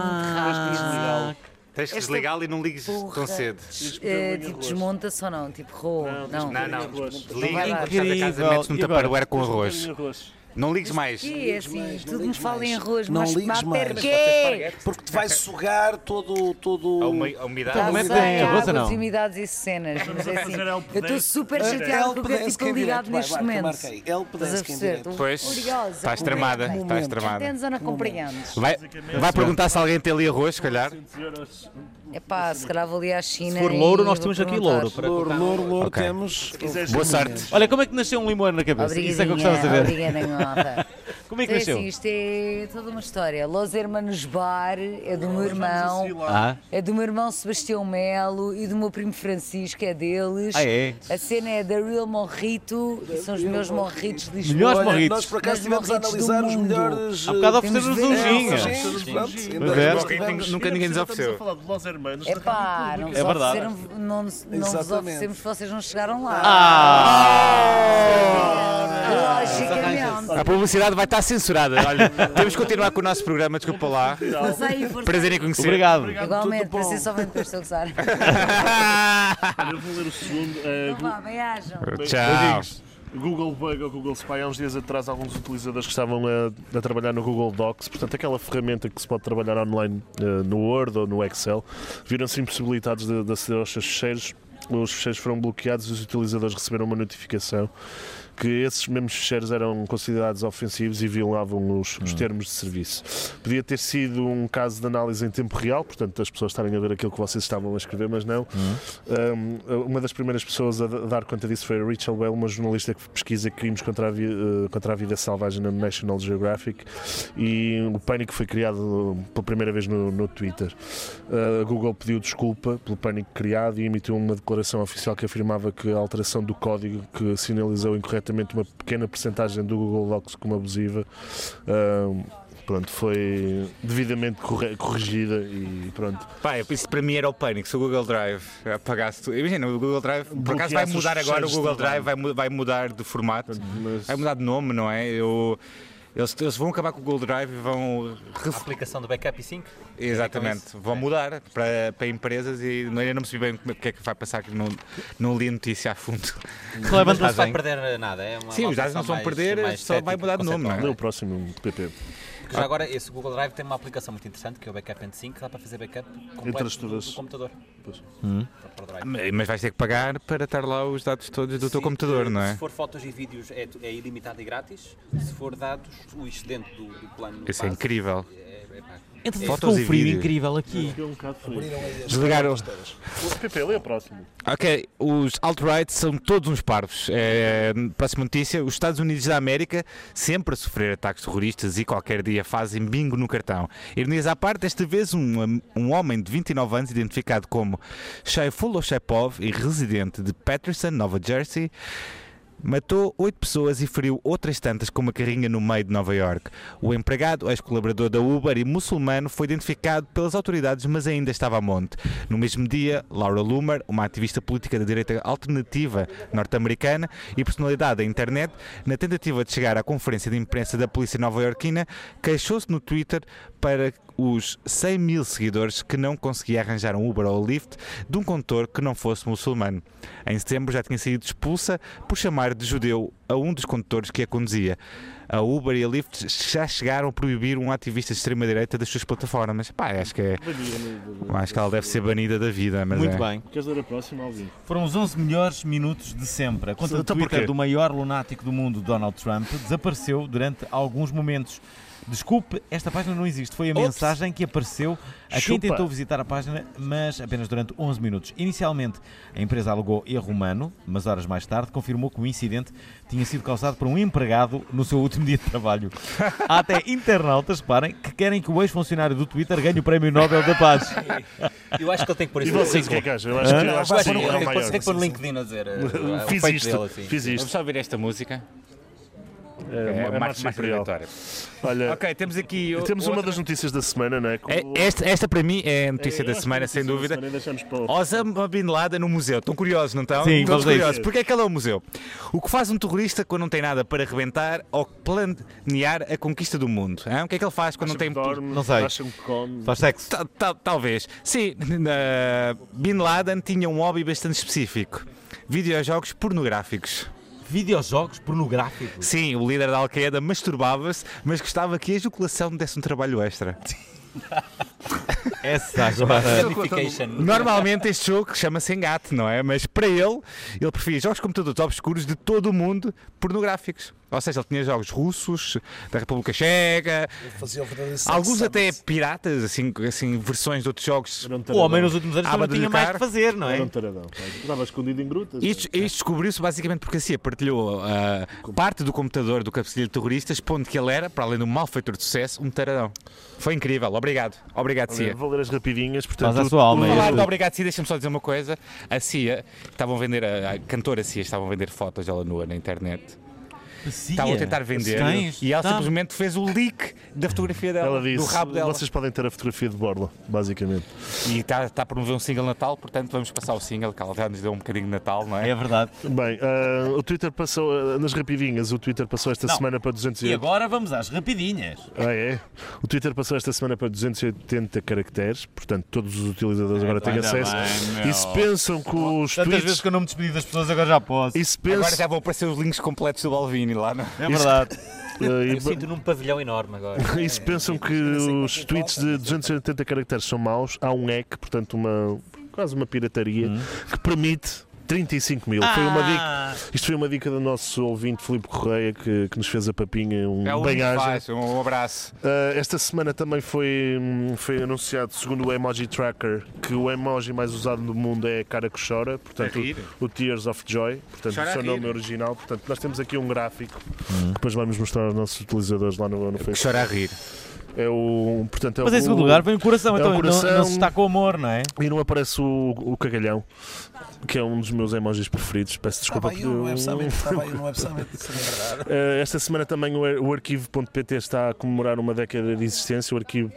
Speaker 10: Ah,
Speaker 3: Tens que
Speaker 6: Esta
Speaker 3: desligá-lo e não ligues
Speaker 6: rápido.
Speaker 3: tão cedo.
Speaker 6: Porra.
Speaker 2: É,
Speaker 6: Eh, tipo, desmonta-se ou não? Tipo, rou. Não,
Speaker 3: Não, não.
Speaker 6: vai
Speaker 3: Liga
Speaker 6: dar.
Speaker 3: quando estás a casa,
Speaker 10: Incrível.
Speaker 3: metes num
Speaker 10: E agora?
Speaker 3: taparoeiro com arroz. Não ligues mais.
Speaker 6: Que é assim, tudo me fala em arroz,
Speaker 9: Não
Speaker 6: mas
Speaker 9: ligues
Speaker 6: mas
Speaker 9: mais.
Speaker 6: perquê?
Speaker 9: Porque
Speaker 1: é
Speaker 9: te vai sugar todo. todo...
Speaker 3: A humi- a umidade.
Speaker 9: Então,
Speaker 6: Não
Speaker 10: metem
Speaker 1: é?
Speaker 6: sei,
Speaker 10: arroz ou
Speaker 6: águas,
Speaker 10: não?
Speaker 6: umidades e cenas, mas é assim.
Speaker 2: fazer help
Speaker 6: Eu estou
Speaker 2: desk.
Speaker 6: super
Speaker 9: Help
Speaker 6: chateada com o que é
Speaker 9: desk
Speaker 6: tipo
Speaker 9: em
Speaker 6: ligado
Speaker 9: direto, vai,
Speaker 6: neste
Speaker 9: vai,
Speaker 6: momento.
Speaker 9: marca aí. Help
Speaker 6: Estás a
Speaker 9: desk em
Speaker 6: perceber?
Speaker 9: direto.
Speaker 3: Pois, tá
Speaker 6: Curiosa.
Speaker 3: estás tramada, estás tramada.
Speaker 6: Entendes ou não compreendes?
Speaker 3: Vai, vai perguntar se alguém tem ali arroz, se calhar.
Speaker 6: Epá, se calhar vou ali à China.
Speaker 10: por louro,
Speaker 6: e
Speaker 10: nós
Speaker 6: vou
Speaker 10: temos aqui
Speaker 6: perguntar.
Speaker 10: louro. para-
Speaker 9: Louro, louro, louro,
Speaker 3: Ok.
Speaker 9: temos.
Speaker 3: Boa sorte.
Speaker 10: Olha, como é que nasceu um limoeiro na cabeça? Isso é que eu gostava de
Speaker 6: Obrigadinha,
Speaker 10: saber.
Speaker 6: obrigada, malta.
Speaker 10: Como é que
Speaker 6: Então, é assim, isto
Speaker 10: nasceu?
Speaker 6: é toda uma história. Los Hermanos Bar é do meu irmão,
Speaker 10: Ah,
Speaker 6: é do meu irmão Sebastião Melo e do meu primo Francisco, é deles.
Speaker 10: ah é?
Speaker 6: A cena é da Real Morrito, que são os meus morritos de Lisboa.
Speaker 10: Melhores
Speaker 9: Olha,
Speaker 10: morritos.
Speaker 9: nós por
Speaker 6: Mas
Speaker 9: acaso estivemos a
Speaker 6: morritos do
Speaker 9: analisar os
Speaker 6: mundo.
Speaker 9: melhores.
Speaker 10: Há bocado
Speaker 9: eh,
Speaker 10: oferecemos
Speaker 6: temos
Speaker 10: um
Speaker 6: de-
Speaker 10: gin.
Speaker 6: Sim,
Speaker 9: Sim, então
Speaker 6: sim.
Speaker 9: pronto,
Speaker 10: Pois é.
Speaker 9: nós tivemos-
Speaker 3: Nunca ninguém nos ofereceu.
Speaker 2: Estamos a falar de Los Hermanos.
Speaker 6: É pá, não vos
Speaker 10: É verdade.
Speaker 6: ofereceram, não, nos- não vos
Speaker 9: Exatamente.
Speaker 6: oferecemos porque vocês não chegaram lá.
Speaker 9: Ah,
Speaker 6: Logicamente.
Speaker 3: A publicidade vai estar censurada.
Speaker 2: é?
Speaker 3: Olha, temos que continuar com o nosso programa, desculpa lá.
Speaker 6: Mas aí, força.
Speaker 3: Prazer em conhecer.
Speaker 10: Obrigado.
Speaker 6: Igualmente, prazer só vem depois de eu gozar.
Speaker 2: Eu vou ler o segundo.
Speaker 6: Então
Speaker 2: eh,
Speaker 6: vá, beijo.
Speaker 3: Tchau.
Speaker 2: Google Bug ou Google Spy, há uns dias atrás alguns utilizadores que estavam a, a trabalhar no Google Docs, portanto aquela ferramenta que se pode trabalhar online eh, no Word ou no Excel, viram-se impossibilitados de, de aceder aos seus fecheiros. Os fecheiros foram bloqueados e os utilizadores receberam uma notificação que esses mesmos fecheiros eram considerados ofensivos e violavam os, os termos de serviço. Podia ter sido um caso de análise em tempo real, portanto, as pessoas estarem a ver aquilo que vocês estavam a escrever, mas não. Um, uma das primeiras pessoas a da- dar conta disso foi a Rachel Well, uma jornalista que pesquisa crimes contra a, vi- eh, contra a vida selvagem na National Geographic, e o pânico foi criado eh, pela primeira vez no, no Twitter. Uh, a Google pediu desculpa pelo pânico criado e emitiu uma declaração oficial que afirmava que a alteração do código que sinalizou incorretamente uma pequena percentagem do Google Docs como abusiva uh, pronto, foi devidamente corre- corrigida e pronto.
Speaker 3: Pá, isso para mim era o pânico. Se o Google Drive apagasse tudo. Imagina, o Google Drive, por acaso vai
Speaker 2: Bloqueasse os
Speaker 3: mudar agora, o
Speaker 2: cheiros
Speaker 3: Google
Speaker 2: de trabalho.
Speaker 3: Drive vai, mu- vai mudar de formato,
Speaker 2: mas-
Speaker 3: vai mudar de nome, não é? Eu- eles, eles vão acabar com o Google Drive e vão.
Speaker 1: A
Speaker 2: Ah,
Speaker 1: aplicação do backup e sync.
Speaker 2: é
Speaker 3: Exatamente, vão mudar para, para empresas e não- eu não percebi bem o que é que vai passar, que não, não li a notícia a fundo.
Speaker 1: Mas não se vai
Speaker 3: Fazem.
Speaker 1: perder nada. É uma
Speaker 3: Sim,
Speaker 1: uma
Speaker 3: os
Speaker 1: aplicação
Speaker 3: dados não se vão
Speaker 1: mais-
Speaker 3: perder,
Speaker 1: mais
Speaker 3: só vai
Speaker 1: estética,
Speaker 3: mudar de nome, não é?
Speaker 2: Lê o próximo PP.
Speaker 1: Que já agora esse Google Drive tem uma aplicação muito interessante que é o Backup and Sync, que dá para fazer backup
Speaker 2: Entre
Speaker 1: completo
Speaker 2: as
Speaker 1: do,
Speaker 2: todas.
Speaker 1: do computador.
Speaker 2: Pois.
Speaker 1: Para o Drive.
Speaker 3: Mas vais ter que pagar para estar lá os dados todos do teu
Speaker 1: Sim,
Speaker 3: computador, não é?
Speaker 1: Se for fotos e vídeos é, tu- é ilimitado e grátis, se for dados, o excedente do, do plano.
Speaker 3: Isso é
Speaker 1: base
Speaker 3: incrível.
Speaker 1: É, é pago.
Speaker 10: Entra
Speaker 3: Fotos e
Speaker 10: um frio
Speaker 3: vídeo.
Speaker 10: incrível aqui.
Speaker 2: Fiquei um bocado frio.
Speaker 3: Desligaram.
Speaker 2: O PP ali é próximo.
Speaker 3: Ok, os alt-right são todos uns parvos. É, próxima notícia: os Estados Unidos da América sempre a sofrer ataques terroristas e qualquer dia fazem bingo no cartão. Ironias à parte, desta vez um, um homem de 29 anos, identificado como Shaifullah Shaipov e residente de Patterson, Nova Jersey, Matou oito pessoas e feriu outras tantas com uma carrinha no meio de Nova York. O empregado, ex-colaborador da Uber e muçulmano, foi identificado pelas autoridades, mas ainda estava a monte. No mesmo dia, Laura Loomer, uma ativista política da direita alternativa norte-americana e personalidade da internet, na tentativa de chegar à conferência de imprensa da polícia nova-iorquina, queixou-se no Twitter para os 100 mil seguidores que não conseguia arranjar um Uber ou Lyft de um condutor que não fosse muçulmano. Em setembro já tinha sido expulsa por chamar de judeu a um dos condutores que a conduzia. A Uber e a Lyft já chegaram a proibir um ativista de extrema-direita das suas plataformas. Pá, acho que, é, acho que ela deve ser banida da vida. Mas
Speaker 10: Muito
Speaker 3: é.
Speaker 10: bem.
Speaker 2: Queres ler a próxima, Alvin?
Speaker 10: Foram os 11 melhores minutos de sempre. A conta de
Speaker 3: Então
Speaker 10: Twitter
Speaker 3: porquê?
Speaker 10: do maior lunático do mundo, Donald Trump, desapareceu durante alguns momentos. Desculpe, esta página não existe. Foi a
Speaker 2: Ops.
Speaker 10: mensagem que apareceu a quem
Speaker 2: Chupa.
Speaker 10: tentou visitar a página, mas apenas durante 11 minutos. Inicialmente, a empresa alegou erro humano, mas horas mais tarde confirmou que o incidente tinha sido causado por um empregado no seu último dia de trabalho. Há até internautas, reparem, que querem que o ex-funcionário do Twitter ganhe o Prémio Nobel da Paz.
Speaker 1: Eu acho que ele tem que pôr
Speaker 2: E
Speaker 1: isso
Speaker 2: vocês o que é
Speaker 1: currículo.
Speaker 2: que acham? Eu acho que eu acho
Speaker 1: Eu
Speaker 2: que
Speaker 1: acho
Speaker 2: sim,
Speaker 1: que
Speaker 2: é o
Speaker 1: ele
Speaker 3: assim.
Speaker 1: tem
Speaker 2: maior.
Speaker 1: que pôr no LinkedIn a dizer. eh, o
Speaker 2: Fiz
Speaker 1: feito dele,
Speaker 2: isto,
Speaker 1: assim.
Speaker 2: fiz isto.
Speaker 3: Vamos só ouvir esta música.
Speaker 2: É, é marcha imperial.
Speaker 3: vitória.
Speaker 2: Olha,
Speaker 3: Ok, temos aqui. o-
Speaker 2: temos uma
Speaker 3: outra-
Speaker 2: das notícias da semana, não é? Com-
Speaker 3: É, esta, esta para mim é a notícia
Speaker 2: Eu
Speaker 3: da
Speaker 2: acho que
Speaker 3: semana,
Speaker 2: a
Speaker 3: sem
Speaker 2: notícia
Speaker 3: dúvida.
Speaker 2: da semana deixamos para o-
Speaker 3: Osama Bin Laden no museu. Estão curiosos, não estão?
Speaker 10: Sim,
Speaker 3: Estamos
Speaker 10: vamos a isso.
Speaker 3: curiosos. Porquê é que ele é um museu? O que faz um terrorista quando não tem nada para arrebentar ou planear a conquista do mundo? hã? O que é que ele faz quando
Speaker 2: Acham que
Speaker 3: não tem...
Speaker 2: dorme,
Speaker 10: Não sei.
Speaker 2: Acham que come.
Speaker 10: Faz sexo.
Speaker 3: Tal- tal- talvez. Sim, na- Bin Laden tinha um hobby bastante específico. Videojogos pornográficos.
Speaker 10: Videojogos pornográficos.
Speaker 3: Sim, o líder da Al-Qaeda masturbava-se, mas gostava que a ejaculação desse um trabalho extra.
Speaker 10: Essa
Speaker 1: Eh,
Speaker 10: agora.
Speaker 1: Notification.
Speaker 3: Normalmente este jogo chama-se engate, não é? Mas para ele, ele preferia jogos de computadores obscuros de todo o mundo pornográficos. Ou seja, ele tinha jogos russos, da República Checa,
Speaker 10: é
Speaker 9: Fazia o verdadeiro sex
Speaker 3: alguns
Speaker 9: summit.
Speaker 3: até piratas, assim, assim versões de outros jogos.
Speaker 2: Era um
Speaker 10: O
Speaker 2: taradão.
Speaker 10: homem nos últimos anos
Speaker 3: Aba
Speaker 10: também
Speaker 3: de
Speaker 10: tinha mais
Speaker 3: Dakar.
Speaker 10: que fazer, não é?
Speaker 2: Era um taradão. pá. Estava escondido em grutas.
Speaker 3: Isto, isto descobriu-se basicamente porque a CIA partilhou ah, parte do computador do cabecilha de terroristas, expondo que ele era, para além de um malfeitor de sucesso, um taradão. Foi incrível, obrigado. Obrigado, CIA.
Speaker 2: Vou ler as rapidinhas, portanto.
Speaker 10: Faz a
Speaker 2: o-
Speaker 10: sua alma.
Speaker 3: Falar
Speaker 10: este.
Speaker 3: de Obrigado Cia, deixa-me só dizer uma coisa. A Cia, estavam a vender, a, a cantora Cia, estavam a vender fotos dela nua na internet. Estavam a tentar vender.
Speaker 10: Tens?
Speaker 3: E ela
Speaker 10: Tá.
Speaker 3: simplesmente fez o leak da fotografia dela,
Speaker 2: Ela
Speaker 3: do
Speaker 2: disse:
Speaker 3: rabo dela.
Speaker 2: vocês podem ter a fotografia de borla, basicamente.
Speaker 3: E está, está a promover um single Natal, portanto vamos passar o single, que ela já nos deu um bocadinho de Natal, não é?
Speaker 10: É verdade.
Speaker 2: Bem, ah, o Twitter passou, ah, nas rapidinhas, o Twitter passou esta
Speaker 10: Não.
Speaker 2: semana para
Speaker 10: E
Speaker 2: 208.
Speaker 10: agora vamos às rapidinhas.
Speaker 2: Ah, é? O Twitter passou esta semana para 280 caracteres, portanto todos os utilizadores agora têm
Speaker 3: ainda
Speaker 2: acesso.
Speaker 3: bem, meu.
Speaker 2: e se pensam que os
Speaker 10: Tantas
Speaker 2: tweets.
Speaker 10: vezes que eu não me despedi das pessoas, agora já posso.
Speaker 2: E se
Speaker 3: Agora
Speaker 2: pensam.
Speaker 3: já vão aparecer os links completos do Balvini lá, não
Speaker 10: É verdade.
Speaker 2: ah, e-
Speaker 1: Eu sinto num pavilhão enorme agora.
Speaker 2: E se pensam que os tweets de 280 caracteres são maus, há um hack, portanto, uma, quase uma pirataria,
Speaker 3: Hum.
Speaker 2: que permite 35 mil. Foi uma
Speaker 3: Ah!
Speaker 2: dica, isto foi uma dica do nosso ouvinte Filipe Correia, que, que nos fez a papinha, um
Speaker 3: é o único que
Speaker 2: banhagem.
Speaker 3: faz, um abraço.
Speaker 2: Ah, esta semana também foi, hum, foi anunciado, segundo o Emoji Tracker, que o emoji mais usado no mundo é a cara que chora, portanto,
Speaker 3: A rir.
Speaker 2: o, o Tears of Joy, portanto,
Speaker 3: É Chora
Speaker 2: o seu
Speaker 3: a
Speaker 2: nome
Speaker 3: rir.
Speaker 2: original. Portanto, nós temos aqui um gráfico que depois vamos mostrar aos nossos utilizadores lá no, no
Speaker 3: Hum. Que
Speaker 2: Facebook.
Speaker 3: chora a rir.
Speaker 2: É o, portanto, é
Speaker 10: Mas
Speaker 2: o,
Speaker 10: em segundo lugar vem o coração,
Speaker 2: É
Speaker 10: então
Speaker 2: o coração.
Speaker 10: Não, não se está com amor, não é?
Speaker 2: E não aparece o, o cagalhão, que é um dos meus emojis preferidos. Peço desculpa. um
Speaker 9: Estava aí no Web
Speaker 2: porque eu-
Speaker 9: Summit, estava aí no Web Summit, sim, é verdade.
Speaker 2: Eh, Esta semana também o, ar- o arquivo.pt está a comemorar uma década de existência. O arquivo.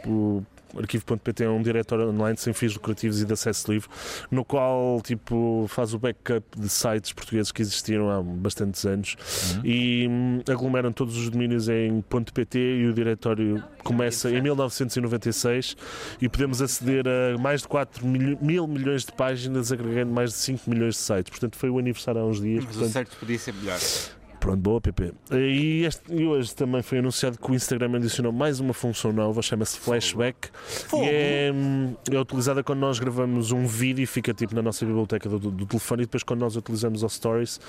Speaker 2: o Arquivo.pt é um diretório online sem fins lucrativos e de acesso livre, no qual tipo, faz o backup de sites portugueses que existiram há bastantes anos e hum, aglomeram todos os domínios em .pt e o diretório começa em 1996 e podemos aceder a mais de 4 mil, mil milhões de páginas agregando mais de 5 milhões de sites. Portanto, foi o aniversário há uns dias.
Speaker 3: Mas o
Speaker 2: portanto,
Speaker 3: certo podia ser melhor.
Speaker 2: Pronto, boa, PP. E, este- e hoje também foi anunciado que o Instagram adicionou mais uma função nova, chama-se Flashback. E é, hum, é utilizada quando nós gravamos um vídeo e fica tipo na nossa biblioteca do, do telefone. E depois, quando nós utilizamos o Stories,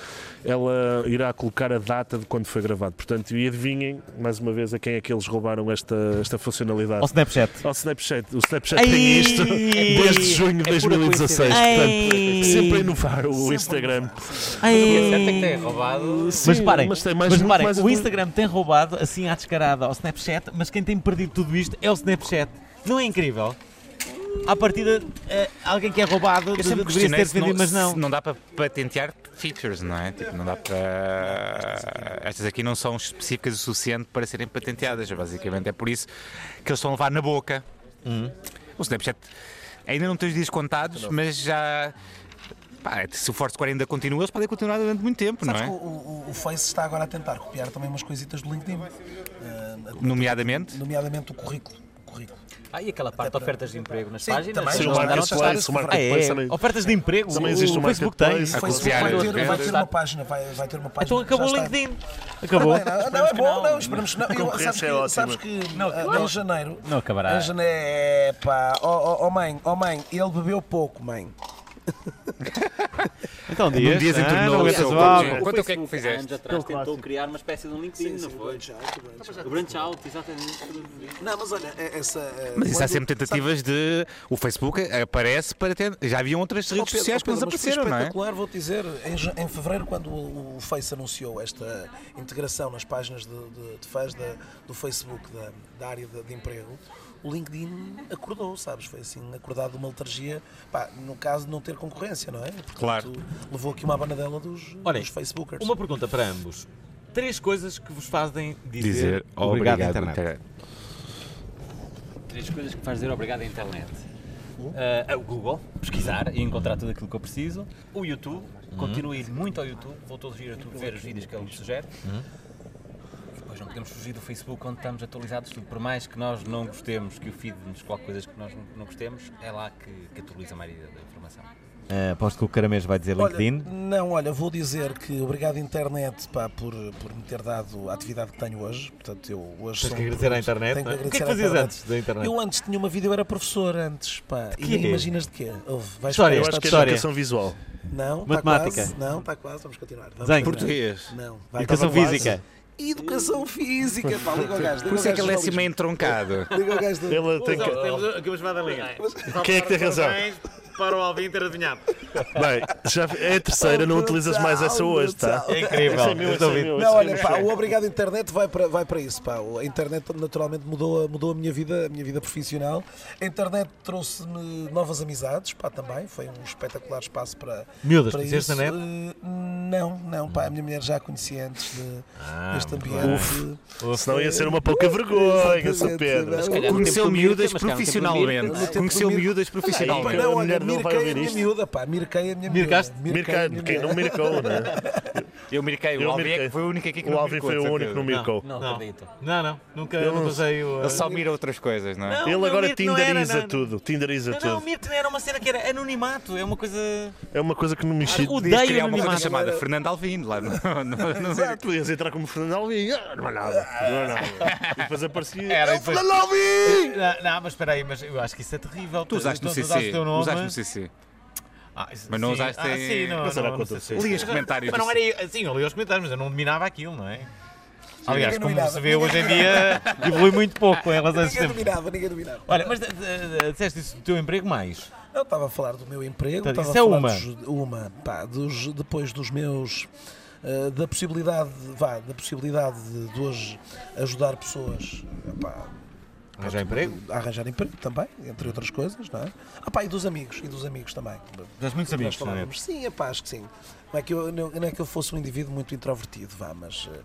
Speaker 2: ela irá colocar a data de quando foi gravado. Portanto, e adivinhem, mais uma vez, a quem é que eles roubaram esta, esta funcionalidade.
Speaker 10: Ao Snapchat.
Speaker 2: Ao É Snapchat. O Snapchat tem isto desde junho de 2016. Portanto, sempre a inovar o Instagram.
Speaker 1: E a certa é que tem roubado.
Speaker 10: mas reparem,
Speaker 2: mas
Speaker 10: mas
Speaker 2: tem mais- muito
Speaker 10: reparem
Speaker 2: mais
Speaker 10: o
Speaker 2: atu-
Speaker 10: Instagram tem roubado assim à descarada ao Snapchat, mas quem tem perdido tudo isto é o Snapchat. Não é incrível? À partida, eh, alguém que é roubado de- deveria ter
Speaker 3: questionei se
Speaker 10: defendido, mas
Speaker 3: se
Speaker 10: não.
Speaker 3: Não dá para patentear features, não é? Tipo, não dá para. Estas aqui não são específicas o suficiente para serem patenteadas. Basicamente é por isso que eles estão a levar na boca.
Speaker 9: Hum.
Speaker 3: O Snapchat ainda não tem os dias contados, mas já. Pá, se o Force 40 continua, eles podem continuar durante muito tempo,
Speaker 9: Sabes que
Speaker 3: não
Speaker 9: o,
Speaker 3: é?
Speaker 9: o- o Face está agora a tentar copiar também umas coisitas do LinkedIn, eh,
Speaker 3: Nomeadamente.
Speaker 9: nomeadamente o currículo. O currículo.
Speaker 1: Ah, e aquela parte de ofertas de emprego nas
Speaker 9: Sim,
Speaker 1: páginas.
Speaker 9: também.
Speaker 1: Eles
Speaker 2: Sim, é o
Speaker 1: mandaram testar
Speaker 2: Marketplace,
Speaker 1: isso.
Speaker 2: o
Speaker 10: Ah,
Speaker 2: Marketplace
Speaker 10: é?
Speaker 2: também.
Speaker 10: Ofertas de emprego?
Speaker 2: Também
Speaker 10: O-
Speaker 2: existe
Speaker 10: o
Speaker 2: um
Speaker 10: Facebook tem.
Speaker 2: marketplace.
Speaker 9: O Facebook
Speaker 3: copiar
Speaker 9: vai
Speaker 3: as
Speaker 9: ter, vai ter
Speaker 3: vendas.
Speaker 9: uma página, vai, vai ter uma página.
Speaker 10: Então acabou o
Speaker 9: já está.
Speaker 10: LinkedIn. Acabou.
Speaker 9: Bem, Não, não é bom, não, esperamos que não. Eu-
Speaker 2: concorrência
Speaker 9: sabes, que,
Speaker 2: é ótima.
Speaker 9: sabes que ah, em janeiro.
Speaker 10: Não acabará.
Speaker 9: Em janeiro. Pá, oh, oh, oh, mãe, oh mãe, ele bebeu pouco, mãe.
Speaker 10: Então,
Speaker 3: Num
Speaker 10: dias.
Speaker 3: dia
Speaker 10: ah, não
Speaker 3: tornou o
Speaker 10: aguentas
Speaker 3: seu
Speaker 10: o álcool.
Speaker 3: conto. Conta o que é que fizeste.
Speaker 1: Anos atrás tentou criar uma espécie de um LinkedIn, não foi? O
Speaker 10: é
Speaker 1: branch out, exatamente.
Speaker 9: Não, mas olha, é- essa. eh,
Speaker 3: Mas isso há
Speaker 9: quando-
Speaker 3: sempre tentativas de. O Facebook aparece para ter. Já haviam outras
Speaker 9: Oh,
Speaker 3: redes
Speaker 9: Pedro,
Speaker 3: sociais que
Speaker 9: oh,
Speaker 3: nos
Speaker 9: Pedro, mas foi
Speaker 3: apareceram, não é?
Speaker 9: espetacular, vou-te dizer, em, ja- em fevereiro, quando o, o Face anunciou esta integração nas páginas de, de, de fãs da- do Facebook da, da área de, de emprego, o LinkedIn acordou, sabes? Foi assim, acordado de uma letargia, pá, no caso de não ter concorrência, não é? Portanto,
Speaker 3: Claro.
Speaker 9: Levou aqui uma abanadela dos,
Speaker 10: Olhem,
Speaker 9: dos Facebookers.
Speaker 10: Uma pergunta para ambos. Três coisas que vos fazem dizer,
Speaker 3: Dizer
Speaker 10: obrigado,
Speaker 3: obrigado,
Speaker 10: internet.
Speaker 3: internet.
Speaker 1: Três coisas que me faz dizer obrigado à internet.
Speaker 10: Hum?
Speaker 1: Ah, é o Google, pesquisar e encontrar tudo aquilo que eu preciso. O YouTube,
Speaker 10: Hum.
Speaker 1: continuo a ir muito ao YouTube, vou todos ir ao YouTube ver os vídeos que ele
Speaker 10: é
Speaker 1: me sugere. E Depois não podemos fugir do Facebook onde estamos atualizados tudo. Por mais que nós não gostemos, que o feed nos coloque coisas que nós não- não gostemos, é lá que, que atualiza a maioria da informação.
Speaker 10: Ah, aposto que o Caramês vai dizer
Speaker 9: Olha,
Speaker 10: LinkedIn.
Speaker 9: não, olha, vou dizer que obrigado internet pá, por, por me ter dado a atividade que tenho hoje. Portanto, eu hoje
Speaker 10: Tens
Speaker 9: sou
Speaker 10: que
Speaker 9: um-
Speaker 10: agradecer à internet,
Speaker 9: tenho
Speaker 10: não é? O que é que
Speaker 9: agradecer à
Speaker 10: fazias
Speaker 9: internet.
Speaker 10: antes da internet?
Speaker 9: Eu antes tinha uma vida, eu era professor antes, pá. E
Speaker 10: quê?
Speaker 9: imaginas de quê? Houve, vais
Speaker 10: História,
Speaker 9: para
Speaker 2: Eu
Speaker 9: esta
Speaker 2: acho que é
Speaker 10: História.
Speaker 2: educação visual.
Speaker 9: Não,
Speaker 10: Matemática.
Speaker 9: Tá quase, não, está quase, vamos continuar. Vamos
Speaker 10: Desenho.
Speaker 9: continuar.
Speaker 3: Português.
Speaker 9: Não, vai
Speaker 10: Educação
Speaker 9: estava quase.
Speaker 10: física.
Speaker 9: Educação física, pá, liga ao gajo.
Speaker 3: Por isso é que ele é assim meio entroncado.
Speaker 2: é
Speaker 9: Liga ao gajo do-
Speaker 2: Ela tem que.
Speaker 10: Acabamos de linha.
Speaker 2: Quem é que tem razão?
Speaker 10: Para o Alvin ter adivinhado.
Speaker 2: Bem, já é a terceira, não utilizas mais essa hoje, tá?
Speaker 10: É incrível.
Speaker 2: Essa é meu,
Speaker 10: Eu
Speaker 2: essa
Speaker 10: estou
Speaker 2: é meu,
Speaker 9: Não,
Speaker 2: essa é meu.
Speaker 9: olha, pá, o obrigado internet vai para, vai para isso, pá. A internet naturalmente mudou, a- mudou a minha vida, a minha vida profissional. A internet trouxe-me novas amizades, pá, também. Foi um espetacular espaço para
Speaker 10: Miúdas,
Speaker 9: para
Speaker 10: conheceste na net?
Speaker 9: Eh, Não, não, pá, a minha mulher já a conhecia antes de,
Speaker 10: Ah,
Speaker 9: deste ambiente. Uf.
Speaker 2: Senão ia ser uma pouca vergonha, São Pedro.
Speaker 9: Exatamente.
Speaker 3: Conheceu miúdas
Speaker 1: mas calma, tem tempo de
Speaker 3: profissionalmente.
Speaker 9: Tem tempo de
Speaker 3: Conheceu
Speaker 9: dormir.
Speaker 3: miúdas profissionalmente.
Speaker 9: Não,
Speaker 2: A
Speaker 9: olha,
Speaker 2: mulher não vai
Speaker 9: mirquei a
Speaker 2: ouvir
Speaker 9: minha
Speaker 2: isto.
Speaker 9: miúda, pá, mirquei a minha
Speaker 10: Mircaste?
Speaker 9: miúda. Mirquei a
Speaker 2: Mircar,
Speaker 9: minha
Speaker 2: quem não
Speaker 9: miúda.
Speaker 2: mircou, né?
Speaker 3: Eu mirquei. O
Speaker 2: Eu
Speaker 3: Alvin é
Speaker 2: mirquei.
Speaker 3: que foi o único aqui que
Speaker 2: O
Speaker 3: não
Speaker 2: Alvin
Speaker 3: mircou,
Speaker 2: foi o
Speaker 3: certeza.
Speaker 2: único que não mircou.
Speaker 1: Não, acredito.
Speaker 10: Não, não. Nunca eu não usei o. eh,
Speaker 3: Ele só mira outras coisas, não é?
Speaker 10: Não,
Speaker 2: Ele
Speaker 10: não,
Speaker 2: agora
Speaker 10: Mirko não era,
Speaker 2: tinderiza
Speaker 10: não.
Speaker 2: tudo, tinderiza
Speaker 10: Não, não,
Speaker 2: tudo.
Speaker 10: Mirko era uma cena que era anonimato. É uma coisa.
Speaker 2: É uma coisa que não me excita.
Speaker 10: o-
Speaker 3: Podias
Speaker 10: Odeio
Speaker 3: criar uma coisa
Speaker 10: anonimato.
Speaker 3: chamada Fernando Alvin lá no. no- no-
Speaker 2: Exato, podias entrar como Fernando Alvin. Ah, Não é nada, não é nada. E depois aparecia.
Speaker 3: Era,
Speaker 2: é o
Speaker 3: e depois-
Speaker 2: Fernando Alvin!
Speaker 10: Não, não, mas espera aí, mas eu acho que isso é terrível.
Speaker 3: então Tu usaste no
Speaker 10: tu usaste
Speaker 3: CC.
Speaker 10: o teu nome.
Speaker 3: Usaste no CC.
Speaker 10: Ah, isso-
Speaker 3: Mas não
Speaker 10: sim.
Speaker 3: usaste
Speaker 10: Ah,
Speaker 3: em-
Speaker 10: sim, não,
Speaker 2: Não sei lá
Speaker 10: não,
Speaker 2: quanto
Speaker 10: não sei se-
Speaker 3: Li os comentários.
Speaker 10: Mas não
Speaker 3: do-
Speaker 10: era. Assim, eu li os comentários, mas eu não dominava aquilo, não é? Aliás,
Speaker 9: Ninguém
Speaker 10: como
Speaker 9: dominava.
Speaker 10: se vê hoje em dia, evolui muito pouco em relação a esses
Speaker 9: Ninguém
Speaker 10: tempos.
Speaker 9: dominava, ninguém dominava.
Speaker 10: Olha, mas de- de- de- disseste isso do teu emprego mais.
Speaker 9: Eu estava a falar do meu emprego,
Speaker 10: Portanto,
Speaker 9: estava
Speaker 10: isso é
Speaker 9: a falar
Speaker 10: uma.
Speaker 9: Dos, uma, pá, dos- depois dos meus eh, da possibilidade, vá, da possibilidade de, de hoje ajudar pessoas eh, pá,
Speaker 10: Arranjar emprego?
Speaker 9: a arranjar emprego também, entre outras coisas, não é? Ah, pá, e dos amigos, e dos amigos também.
Speaker 10: Tens muitos
Speaker 9: Nós
Speaker 10: amigos, não é?
Speaker 9: falávamos, sim, é pá, acho que sim. Não é que, eu, não, não é que eu fosse um indivíduo muito introvertido, vá, mas. eh,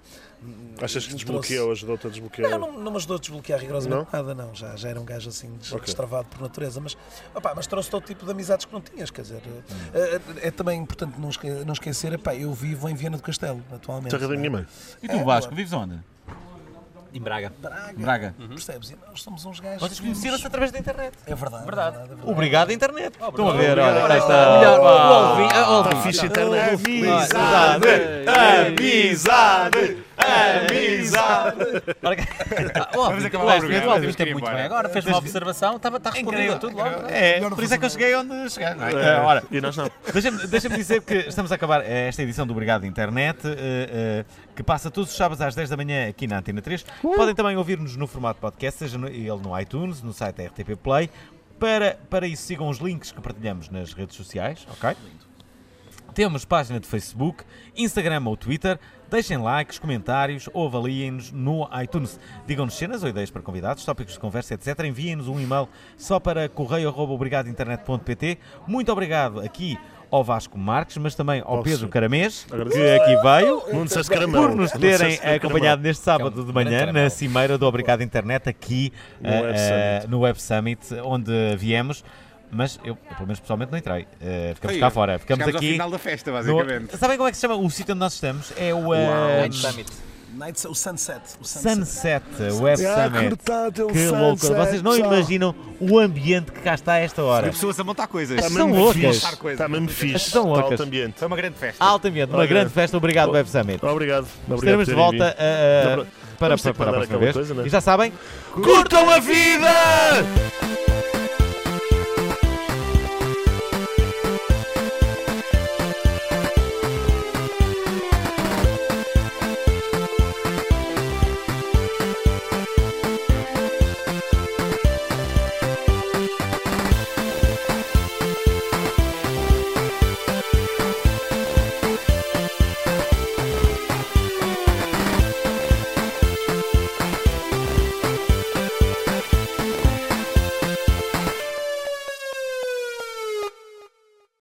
Speaker 2: Achas que
Speaker 9: me
Speaker 2: desbloqueou, ajudou-te a desbloquear?
Speaker 9: não, não, não me ajudou a desbloquear rigorosamente
Speaker 2: Não?
Speaker 9: nada, não. Já, já era um gajo assim des- destravado por natureza, mas, opá, mas trouxe todo tipo de amizades que não tinhas, quer dizer. eh, eh, É, também importante não, esque, não esquecer, epá, eu vivo em Viana do Castelo, atualmente.
Speaker 2: Terra da
Speaker 9: não é?
Speaker 2: minha mãe.
Speaker 10: E tu, Vasco, vives onde?
Speaker 1: Em Braga.
Speaker 9: Braga. Uhum.
Speaker 10: Braga.
Speaker 9: Percebes? E nós somos uns gajos.
Speaker 10: Vocês
Speaker 9: que-
Speaker 10: conheceram-se através da internet.
Speaker 9: É
Speaker 1: Verdade.
Speaker 9: verdade. É verdade, é verdade.
Speaker 10: Obrigado, internet. Estão a ver, olha, cá está.
Speaker 1: Melhor, o Alvin. ah, Alvin.
Speaker 2: Ficha internet.
Speaker 10: Amizade! Amizade! Amizade!
Speaker 1: Ah, o Alvin,
Speaker 3: Vamos acabar
Speaker 1: o
Speaker 3: o
Speaker 1: Alvin,
Speaker 3: programa,
Speaker 1: o Alvin
Speaker 3: temos que ir
Speaker 1: esteve muito
Speaker 3: embora.
Speaker 1: bem agora, fez uma observação, estava- está respondido a tudo logo.
Speaker 10: É, por isso é que eu cheguei onde cheguei. não é? É, ora,
Speaker 2: E nós não.
Speaker 10: Deixa-me deixa-me dizer que estamos a acabar eh, esta edição do Obrigado Internet, eh, eh, que passa todos os sábados às 10 da manhã aqui na Antena 3. Podem também ouvir-nos no formato podcast, seja no- ele no iTunes, no site da RTP Play. Para, para isso, sigam os links que partilhamos nas redes sociais, ok? Temos página de Facebook, Instagram ou Twitter. Deixem likes, comentários ou avaliem-nos no iTunes. Digam-nos cenas ou ideias para convidados, tópicos de conversa, etc. Enviem-nos um e-mail só para correio.obrigadointernet.pt. Muito obrigado aqui ao Vasco Marques, mas também ao
Speaker 2: Oh,
Speaker 10: Pedro
Speaker 2: sim.
Speaker 10: Caramês, que
Speaker 2: Agradeço.
Speaker 10: aqui veio.
Speaker 2: Não disseste caramelo.
Speaker 10: Por nos
Speaker 2: Não
Speaker 10: terem
Speaker 2: disseste caramelo.
Speaker 10: acompanhado neste sábado de manhã
Speaker 1: caramelo.
Speaker 10: na Cimeira do Obrigado Internet, aqui
Speaker 2: No
Speaker 10: eh,
Speaker 2: Web
Speaker 10: eh,
Speaker 2: Summit.
Speaker 10: no Web Summit, onde viemos. Mas eu, eu, pelo menos pessoalmente, não entrei. Eh, ficamos cá fora. Ficamos
Speaker 3: Chegámos ao
Speaker 10: aqui.
Speaker 3: final da festa,
Speaker 10: No-
Speaker 3: basicamente.
Speaker 10: Sabem como é que se chama o sítio onde nós estamos? É o eh,
Speaker 1: Night Summit.
Speaker 9: Nights- o Sunset. O Sunset.
Speaker 10: Sunset Web
Speaker 2: Ah,
Speaker 10: Summit.
Speaker 2: cortado,
Speaker 10: Que loucura.
Speaker 2: sunset,
Speaker 10: Vocês não
Speaker 2: só.
Speaker 10: imaginam o ambiente que cá está a esta
Speaker 3: E
Speaker 10: hora.
Speaker 3: pessoas a montar coisas.
Speaker 10: As
Speaker 2: Está
Speaker 10: São
Speaker 2: Tá mesmo
Speaker 10: loucas.
Speaker 2: fixe. Está mesmo fixe.
Speaker 10: São
Speaker 2: Está
Speaker 10: loucas.
Speaker 2: alto ambiente.
Speaker 3: Foi uma grande festa.
Speaker 10: Alto ambiente, uma
Speaker 2: Olha.
Speaker 10: grande festa. Obrigado, Web Summit.
Speaker 2: Obrigado.
Speaker 10: Estaremos de volta a- a- para,
Speaker 2: Vamos ter
Speaker 10: para,
Speaker 2: que
Speaker 10: para a
Speaker 2: mandar
Speaker 10: próxima
Speaker 2: aquela
Speaker 10: vez.
Speaker 2: coisa, né?
Speaker 10: E já sabem,
Speaker 2: Curtam a vida!